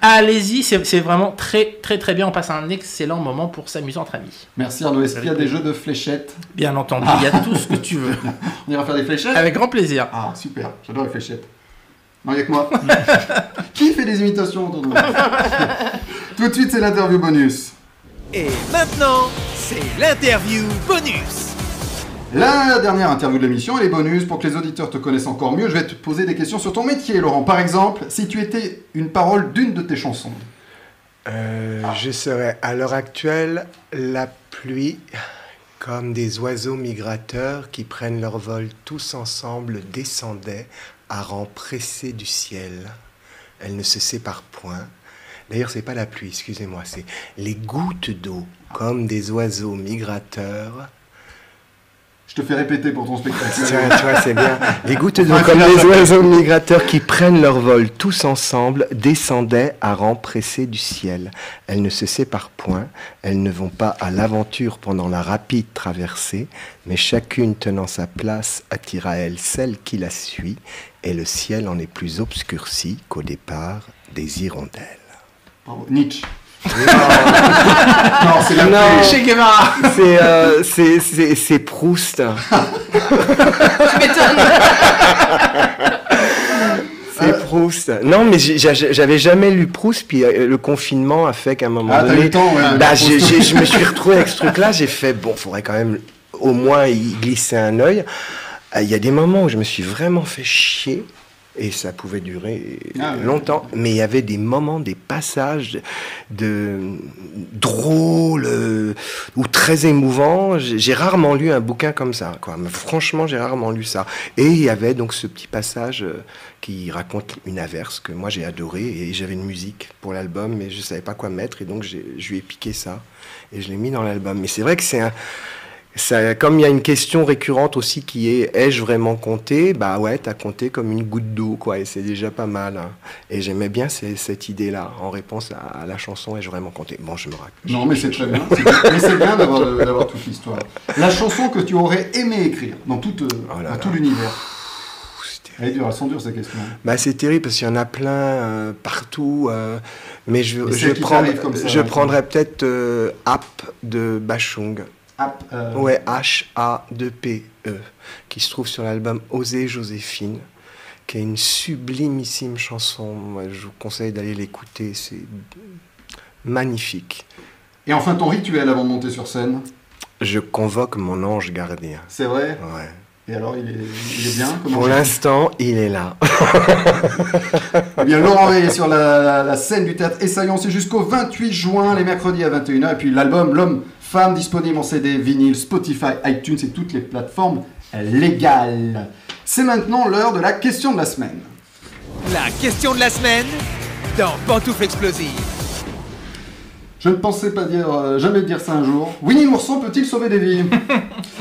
C: allez-y. C'est c'est vraiment très, très, très bien. On passe un excellent moment pour s'amuser entre amis.
B: Merci Arnaud. Est-ce qu'il y a des jeux de fléchettes
C: Bien entendu, il y a tout ce
B: [LAUGHS]
C: que tu veux.
B: On ira faire des fléchettes
C: Avec grand plaisir.
B: Ah, super, j'adore les fléchettes. Non, il n'y a que moi. [LAUGHS] Qui fait des imitations autour de
C: [LAUGHS]
B: moi Tout de suite, c'est l'interview bonus.
A: Et maintenant, c'est l'interview bonus.
B: La dernière interview de l'émission, elle est bonus. Pour que les auditeurs te connaissent encore mieux, je vais te poser des questions sur ton métier, Laurent. Par exemple, si tu étais une parole d'une de tes chansons.
E: Euh, Je serais à l'heure actuelle la pluie comme des oiseaux migrateurs qui prennent leur vol tous ensemble descendaient à rangs pressés du ciel. Elle ne se sépare point. D'ailleurs, c'est pas la pluie, excusez-moi, c'est les gouttes d'eau comme des oiseaux migrateurs.
B: Je te fais répéter pour ton spectacle.
E: Tiens, tu vois, c'est bien. Les gouttes d'eau
B: Enfin,
E: comme
B: c'est
E: les
B: bien.
E: oiseaux migrateurs qui prennent leur vol tous ensemble descendaient à rangs pressés du ciel. Elles ne se séparent point, elles ne vont pas à l'aventure pendant la rapide traversée, mais chacune tenant sa place attire à elle celle qui la suit, et le ciel en est plus obscurci qu'au départ des hirondelles.
B: Bravo. Nietzsche.
E: Non,
B: c'est la pluie. Che Guevara.
E: C'est, euh, c'est- c'est-
B: [LAUGHS]
E: c'est Proust. C'est Proust. Non, mais j'ai- j'a- j'avais jamais lu Proust, puis euh, le confinement a fait qu'à un moment
B: Ah, t'as
E: donné,
B: eu le temps, ouais,
E: bah,
B: de
E: j'ai-
B: Proust.
E: j'ai- je me suis retrouvé avec ce truc-là. J'ai fait bon, faudrait quand même au moins y glisser un œil. Euh, Il y a des moments où je me suis vraiment fait chier. Et ça pouvait durer
B: Ah, ouais.
E: longtemps, mais il y avait des moments, des passages de drôles euh, ou très émouvants. J'ai j'ai rarement lu un bouquin comme ça. Quoi. Mais franchement, j'ai rarement lu ça. Et il y avait donc ce petit passage euh, qui raconte une averse que moi j'ai adoré et j'avais une musique pour l'album, mais je savais pas quoi mettre et donc j'ai- je lui ai piqué ça et je l'ai mis dans l'album. Mais c'est vrai que c'est un ça- comme il y a une question récurrente aussi qui est ai-je vraiment compté Bah ouais, t'as compté comme une goutte d'eau, quoi, et c'est déjà pas mal. hein. Et j'aimais bien ces- cette idée-là en réponse à, à la chanson Ai-je vraiment compté Bon, je me raconte.
B: Non, mais c'est très bien. C'est- Mais c'est bien d'avoir d'avoir toute l'histoire. La chanson que tu aurais aimé écrire dans toute, euh,
E: Oh
B: dans tout l'univers. Elle est dure, elles sont dures ces questions.
E: Bah, c'est terrible parce qu'il y en a plein euh, partout, euh, mais je,
B: Mais
E: je,
B: celle qui
E: prends-
B: t'arrive comme ça, hein?
E: je
B: là,
E: prendrais peut-être euh, App de Bachung.
B: App, euh,
E: Ouais, H-A-2-P-E, E, qui se trouve sur l'album Oser Joséphine, qui est une sublimissime chanson. Moi, je vous conseille d'aller l'écouter, c'est magnifique.
B: Et enfin, ton rituel avant de monter sur scène.
E: Je convoque mon ange gardien.
B: C'est vrai
E: Ouais.
B: Et alors, il est, il est bien comment
E: Pour
B: je-
E: l'instant, il est là.
B: Eh bien, Laurent Veil est sur la, la- la scène du théâtre Essaillon. C'est jusqu'au 28 juin, les mercredis à 21h. Et puis l'album L'homme, femme, disponible en CD, vinyle, Spotify, iTunes et toutes les plateformes légales. C'est maintenant l'heure de la question de la semaine.
A: La question de la semaine dans Pantoufle Explosive.
B: Je ne pensais pas dire, euh, jamais dire ça un jour. Winnie l'ourson peut-il sauver des vies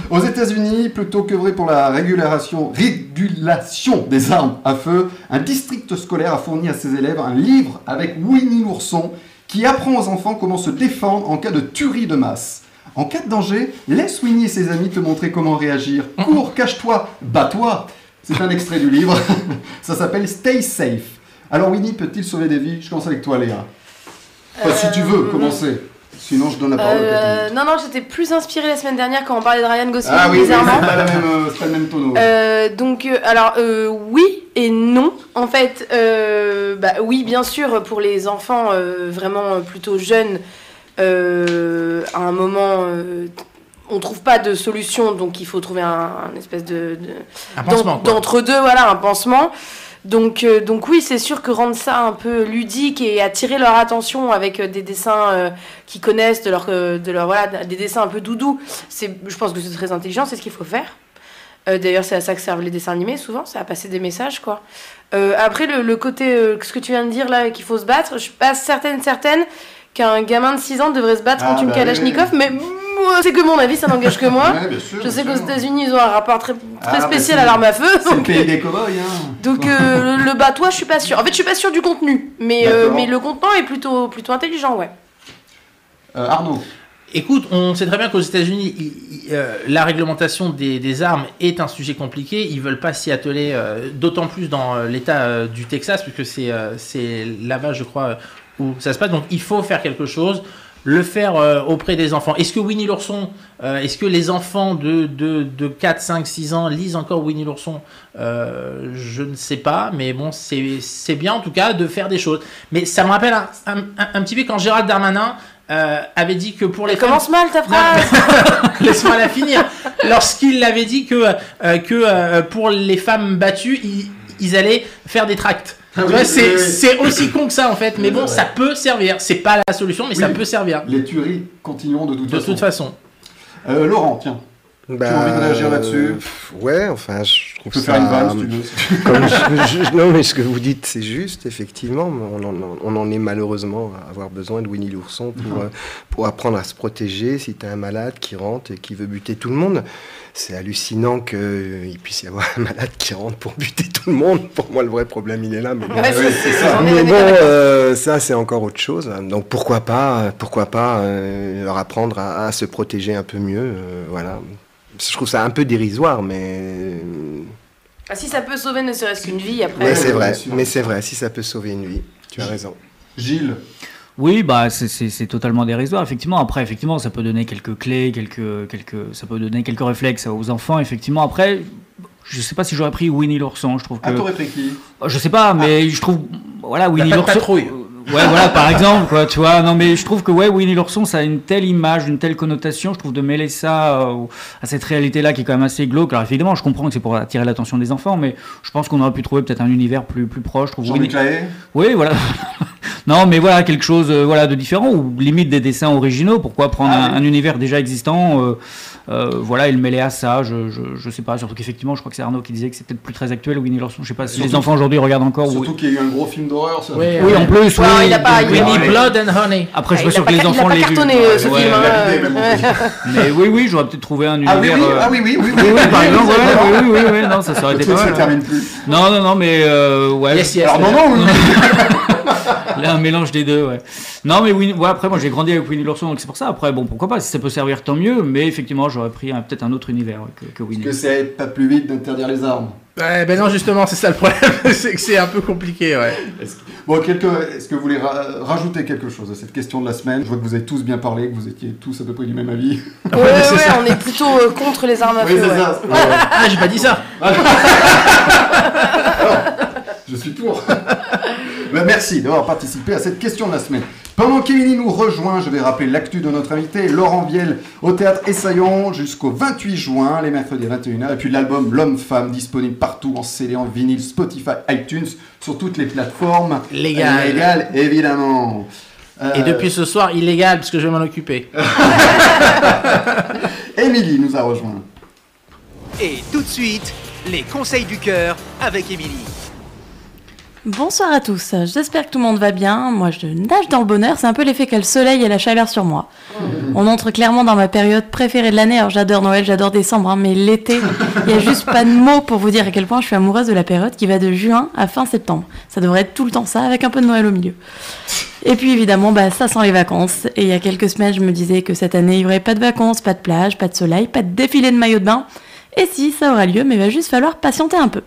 B: Aux États-Unis, plutôt qu'œuvrer pour la régulation, régulation des armes à feu, un district scolaire a fourni à ses élèves un livre avec Winnie l'ourson qui apprend aux enfants comment se défendre en cas de tuerie de masse. En cas de danger, laisse Winnie et ses amis te montrer comment réagir. Cours, cache-toi, bats-toi. C'est un extrait du livre. ça s'appelle Stay Safe. Alors Winnie peut-il sauver des vies Je commence avec toi, Léa. Enfin, si tu veux commencer. Sinon, je donne la parole à quelqu'un.
D: Euh, non, non, j'étais plus inspirée la semaine dernière quand on parlait de Ryan Gosling,
B: Ah oui, oui, c'est
D: bizarrement.
B: [LAUGHS] pas, la même, euh, c'est pas le même tonneau.
D: Euh, donc, euh, alors, euh, oui et non. En fait, euh, bah, oui, bien sûr, pour les enfants euh, vraiment euh, plutôt jeunes, euh, à un moment, euh, on trouve pas de solution, donc il faut trouver un, un espèce de. de-
C: Un pansement,
D: d'en-
C: quoi.
D: D'entre-deux, voilà, un pansement. Donc, euh, donc oui, c'est sûr que rendre ça un peu ludique et attirer leur attention avec euh, des dessins euh, qu'ils connaissent, de leur, euh, de leur, voilà, des dessins un peu doudou, c'est, je pense que c'est très intelligent, c'est ce qu'il faut faire. Euh, D'ailleurs, c'est à ça que servent les dessins animés, souvent, c'est à passer des messages, quoi. Euh, après, le, le côté, euh, ce que tu viens de dire là, qu'il faut se battre, je suis pas certaine, certaine qu'un gamin de 6 ans devrait se battre
B: Ah,
D: contre une
B: bah oui,
D: Kalachnikov, mais moi, c'est que mon avis, ça n'engage
B: [LAUGHS]
D: que moi.
B: Ouais, bien sûr,
D: je
B: bien
D: sais
B: sûr.
D: qu'aux États-Unis, ils ont un rapport très, très
B: Ah, bah,
D: spécial
B: c'est-
D: à l'arme à feu.
B: C'est le
D: donc- euh,
B: pays des cow-boys, hein.
D: donc euh, le bat toi je suis pas sûre. En fait, je suis pas sûre du contenu, mais euh,
B: D'accord.
D: mais le contenant est plutôt plutôt intelligent, ouais.
B: Euh, Arnaud.
C: Écoute, on sait très bien qu'aux États-Unis, i- i- euh, la réglementation des, des armes est un sujet compliqué. Ils veulent pas s'y atteler, euh, d'autant plus dans euh, l'État euh, du Texas, puisque c'est euh, c'est là-bas, je crois, euh, où ça se passe. Donc, il faut faire quelque chose, le faire euh, auprès des enfants. Est-ce que Winnie l'ourson, euh, est-ce que les enfants de, de, de 4, 5, 6 ans lisent encore Winnie l'ourson Euh, Je ne sais pas, mais bon, c'est c'est bien en tout cas de faire des choses. Mais ça me rappelle un, un- un- un petit peu quand Gérald Darmanin euh, avait dit que pour les
D: Commence mal ta phrase.
C: [LAUGHS] Laisse-moi la finir. Lorsqu'il avait dit que, euh, que euh, pour les femmes battues, ils, ils allaient faire des tracts.
B: Ah
C: Tu
B: oui,
C: vois,
B: oui,
C: c'est
B: oui.
C: c'est aussi con que ça en fait, mais bon, ça peut servir. C'est pas la solution, mais ça
B: Oui.
C: peut servir.
B: Les tueries continueront de toute
C: De
B: façon.
C: toute façon.
B: Euh, Laurent, tiens. tu as envie de réagir
E: euh,
B: là-dessus
E: pff, Ouais, enfin, je trouve
B: Tu peux
E: ça.
B: faire une vanne, si tu veux.
E: Comme je- je- non, mais ce que vous dites, c'est juste, effectivement. mais On en, on en est malheureusement à avoir besoin de Winnie l'ourson pour,
B: Mhm.
E: euh, pour apprendre à se protéger si tu as un malade qui rentre et qui veut buter tout le monde. C'est hallucinant qu'il puisse y avoir un malade qui rentre pour buter tout le monde. Pour moi, le vrai problème, il est là. Mais bon,
B: Ouais, c'est- c'est ça.
E: Mais
B: On est
E: bon,
B: d'accord.
E: euh, ça, c'est encore autre chose. hein. Donc pourquoi pas, euh, pourquoi pas euh, leur apprendre à, à se protéger un peu mieux. euh, voilà. Je trouve ça un peu dérisoire, mais. euh,
D: Ah, si ça peut sauver ne serait-ce qu'une vie après.
E: Mais c'est vrai,
B: bien sûr.
E: mais c'est vrai, si ça peut sauver une vie, tu as raison.
B: Gilles
F: Oui, bah c'est- c'est c'est totalement dérisoire. Effectivement, après, effectivement, ça peut donner quelques clés, quelques, quelques, ça peut donner quelques réflexes aux enfants. Effectivement, après, je sais pas si j'aurais pris Winnie l'ourson. Je trouve que
B: Ah, t'aurais pris Ah. qui
F: Je sais pas, mais je trouve, voilà, Winnie
C: pas de
F: l'ourson.
C: patrouille.
F: Ouais,
B: [LAUGHS]
F: voilà, par exemple, quoi, tu vois. Non, mais je trouve que ouais, Winnie l'ourson, ça a une telle image, une telle connotation. Je trouve de mêler ça euh, à cette réalité-là qui est quand même assez glauque. Alors évidemment, je comprends que c'est pour attirer l'attention des enfants, mais je pense qu'on aurait pu trouver peut-être un univers plus plus proche. Je trouve
B: Jean-Luc
F: Winnie-
B: Lahaye
F: Oui, voilà. [LAUGHS] non, mais voilà quelque chose, euh, voilà, de différent ou limite des dessins originaux. Pourquoi prendre
C: Ah
F: un, un univers déjà existant, euh, euh, voilà, et le mêler à ça Je, je, je sais pas. Surtout qu'effectivement, je crois que c'est Arnaud qui disait que c'est peut-être plus très actuel. Winnie l'ourson, je sais pas si les
B: Surtout-
F: enfants aujourd'hui regardent encore. ou-
B: Surtout qu'il y a eu un gros film d'horreur. ça.
F: Oh, Oui, euh, en plus, oui, donc,
C: Winnie
F: oui.
C: Blood and Honey.
F: Après, je
C: Ah,
F: suis
C: il a
F: sûr
C: pas
F: que les
C: ca- il a
F: enfants
C: pas
F: l'ont vu.
C: cartonné, euh, ce
F: Ouais,
C: film,
F: ouais.
C: hein, euh, ouais.
F: Mais oui, oui, j'aurais peut-être trouvé un
B: Ah oui,
F: univers.
B: oui,
F: euh,
B: ah oui, oui, oui,
F: oui,
B: oui,
C: [LAUGHS]
F: par
B: oui,
F: exemple,
B: oui,
F: voilà,
B: d'accord.
F: oui, oui, oui, oui, non, ça serait
B: Le
F: été
B: truc
F: pas
B: se
F: mal. hein.
B: termine plus.
F: Non, non, non, mais euh, ouais.
B: Yes, yes, Alors, non, yes. non, oui. [LAUGHS]
F: Là, un mélange des deux, ouais. Non, mais Winnie- ouais, après, moi, j'ai grandi avec Winnie l'ourson, donc c'est pour ça. Après, bon, pourquoi pas Si ça peut servir, tant mieux. Mais effectivement, j'aurais pris un- peut-être un autre univers ouais, que, que Winnie.
B: Que c'est pas plus vite d'interdire les armes.
C: Ouais, ben non, justement, c'est ça le problème. [LAUGHS] c'est que c'est un peu compliqué, ouais.
B: Bon, quelque- est-ce que vous voulez ra- rajouter quelque chose à cette question de la semaine Je vois que vous avez tous bien parlé, que vous étiez tous à peu près du même avis.
D: Ouais, ouais, ouais, on est plutôt euh, contre les armes à
B: Oui,
D: feu.
B: c'est
D: ouais.
B: ça.
D: [LAUGHS]
C: Ah, j'ai pas dit ça.
B: Je suis pour. [LAUGHS] Ben, merci d'avoir participé à cette question de la semaine. Pendant qu'Émilie nous rejoint, je vais rappeler l'actu de notre invité, Laurent Biel, au théâtre Essaillon jusqu'au 28 juin, les mercredis à 21h. Et puis l'album L'Homme-Femme, disponible partout en CD, en vinyle, Spotify, iTunes, sur toutes les plateformes.
C: Légales.
B: Légales, évidemment. Euh,
C: Et depuis ce soir, illégal, parce que je vais m'en occuper.
B: Euh, Émilie nous a rejoint.
A: Et tout de suite, les conseils du cœur avec Émilie.
O: Bonsoir à tous, j'espère que tout le monde va bien. Moi je nage dans le bonheur, c'est un peu l'effet qu'a le soleil et la chaleur sur moi. On entre clairement dans ma période préférée de l'année. Alors j'adore Noël, j'adore décembre, hein, mais l'été, il n'y a juste pas de mots pour vous dire à quel point je suis amoureuse de la période qui va de juin à fin septembre. Ça devrait être tout le temps ça, avec un peu de Noël au milieu. Et puis évidemment, bah, ça sent les vacances. Et il y a quelques semaines, je me disais que cette année, il n'y aurait pas de vacances, pas de plage, pas de soleil, pas de défilé de maillot de bain. Et si, ça aura lieu, mais il va juste falloir patienter un peu.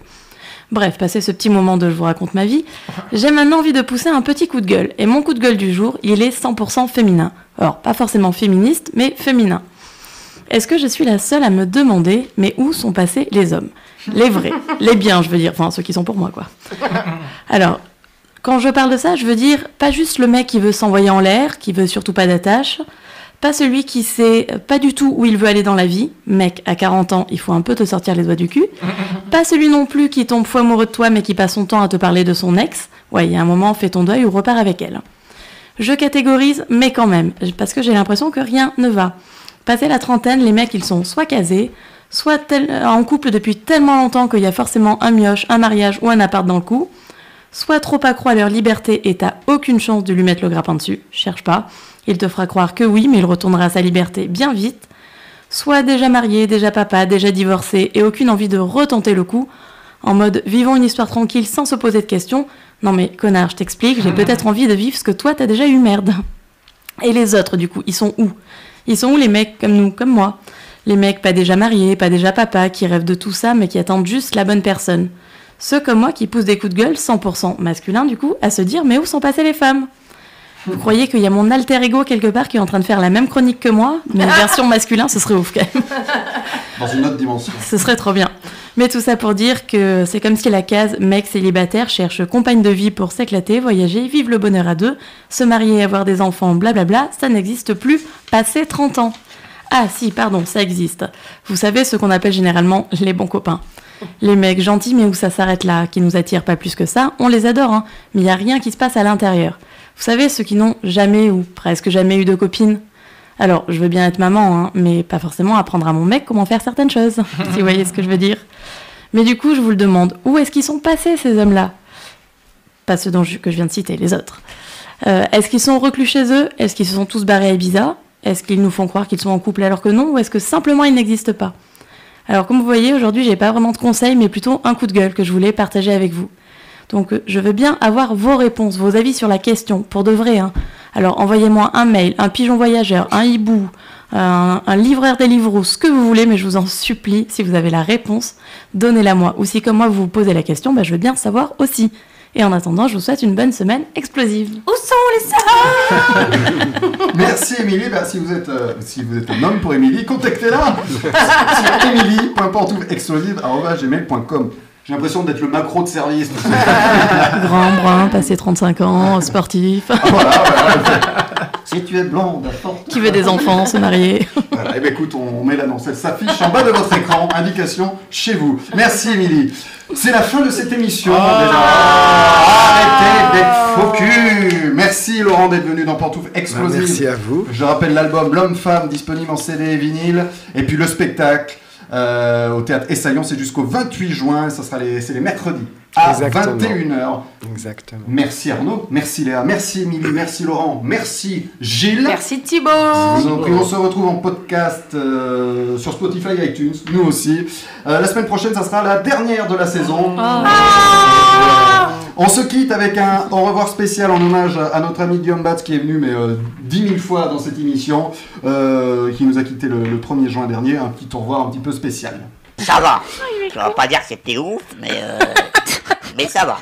O: Bref, passé ce petit moment de je vous raconte ma vie, j'ai maintenant envie de pousser un petit coup de gueule. Et mon coup de gueule du jour, il est 100% féminin. Alors, pas forcément féministe, mais féminin. Est-ce que je suis la seule à me demander, mais où sont passés les hommes Les vrais, les biens, je veux dire, enfin ceux qui sont pour moi, quoi. Alors, quand je parle de ça, je veux dire pas juste le mec qui veut s'envoyer en l'air, qui veut surtout pas d'attache, pas celui qui sait pas du tout où il veut aller dans la vie. Mec, à 40 ans, il faut un peu te sortir les doigts du cul. Pas celui non plus qui tombe fou amoureux de toi mais qui passe son temps à te parler de son ex. Ouais, il y a un moment, fais ton deuil ou repars avec elle. Je catégorise, mais quand même, parce que j'ai l'impression que rien ne va. Passé la trentaine, les mecs, ils sont soit casés, soit tel- en couple depuis tellement longtemps qu'il y a forcément un mioche, un mariage ou un appart dans le coup, soit trop accro à leur liberté et t'as aucune chance de lui mettre le grappin dessus, cherche pas, il te fera croire que oui, mais il retournera à sa liberté bien vite, soit déjà marié, déjà papa, déjà divorcé et aucune envie de retenter le coup, en mode vivons une histoire tranquille sans se poser de questions, non mais connard, je t'explique, j'ai peut-être envie de vivre ce que toi t'as déjà eu merde. Et les autres, du coup, ils sont où Ils sont où les mecs comme nous, comme moi Les mecs pas déjà mariés, pas déjà papa, qui rêvent de tout ça, mais qui attendent juste la bonne personne. Ceux comme moi qui poussent des coups de gueule 100% masculins, du coup, à se dire mais où sont passées les femmes Vous croyez qu'il y a mon alter ego quelque part qui est en train de faire la même chronique que moi Mais version masculin, ce serait ouf quand même.
B: Dans une autre dimension.
O: Ce serait trop bien. Mais tout ça pour dire que c'est comme si la case mec célibataire cherche compagne de vie pour s'éclater, voyager, vivre le bonheur à deux, se marier, avoir des enfants, blablabla, ça n'existe plus passé 30 ans. Ah si, pardon, ça existe. Vous savez ce qu'on appelle généralement les bons copains. Les mecs gentils, mais où ça s'arrête là, qui nous attirent pas plus que ça, on les adore, hein, mais il n'y a rien qui se passe à l'intérieur. Vous savez, ceux qui n'ont jamais ou presque jamais eu de copine Alors, je veux bien être maman, hein, mais pas forcément apprendre à mon mec comment faire certaines choses, [LAUGHS] si vous voyez ce que je veux dire. Mais du coup, je vous le demande, où est-ce qu'ils sont passés ces hommes-là Pas ceux dont je- que je viens de citer, les autres. Euh, est-ce qu'ils sont reclus chez eux Est-ce qu'ils se sont tous barrés à Ibiza Est-ce qu'ils nous font croire qu'ils sont en couple alors que non Ou est-ce que simplement ils n'existent pas alors, comme vous voyez, aujourd'hui, j'ai pas vraiment de conseils, mais plutôt un coup de gueule que je voulais partager avec vous. Donc, euh, je veux bien avoir vos réponses, vos avis sur la question, pour de vrai. hein. Alors, envoyez-moi un mail, un pigeon voyageur, un hibou, un, un livreur Deliveroo, ce que vous voulez, mais je vous en supplie, si vous avez la réponse, donnez-la moi. Ou si, comme moi, vous vous posez la question, bah, je veux bien savoir aussi. Et en attendant, je vous souhaite une bonne semaine explosive. Où sont les
B: Merci Émilie. Bah, si, vous êtes, euh, si vous êtes un homme pour Émilie, contactez-la sur émilie.pantouflexplosive.com. J'ai l'impression d'être le macro de service.
O: Grand brun, passé 35 ans, sportif, [LAUGHS]
B: Ah, ben, si tu es blonde, forte.
O: qui veut des enfants, se marier.
B: Voilà, et ben écoute, on, on met l'annonce. Elle s'affiche en bas de votre écran. Indication chez vous. Merci Émilie. C'est la fin de cette émission. déjà.
E: Ah.
B: Arrêtez d'être faux cul. Merci Laurent d'être venu dans Pantouf Explosive.
E: Bah, merci à
B: vous. Je rappelle l'album L'homme-femme disponible en CD et vinyle. Et puis le spectacle. euh, au théâtre Essaillon, c'est jusqu'au 28 juin, ça sera les, c'est les mercredis à
E: Exactement.
B: 21h.
E: Exactement.
B: Merci Arnaud, merci Léa, merci Émilie, merci Laurent, merci Gilles.
D: Merci Thibaut.
B: Donc, on se retrouve en podcast euh, sur Spotify, iTunes, nous aussi. Euh, la semaine prochaine, ça sera la dernière de la saison. Euh, On se quitte avec un au revoir spécial en hommage à notre ami Guillaume Batz qui est venu mais euh, 10 000 fois dans cette émission, euh, qui nous a quitté le, le 1er juin dernier. Un petit au revoir un petit peu spécial.
V: Ça va. Je ne vais pas dire que c'était ouf, mais, euh, mais ça va.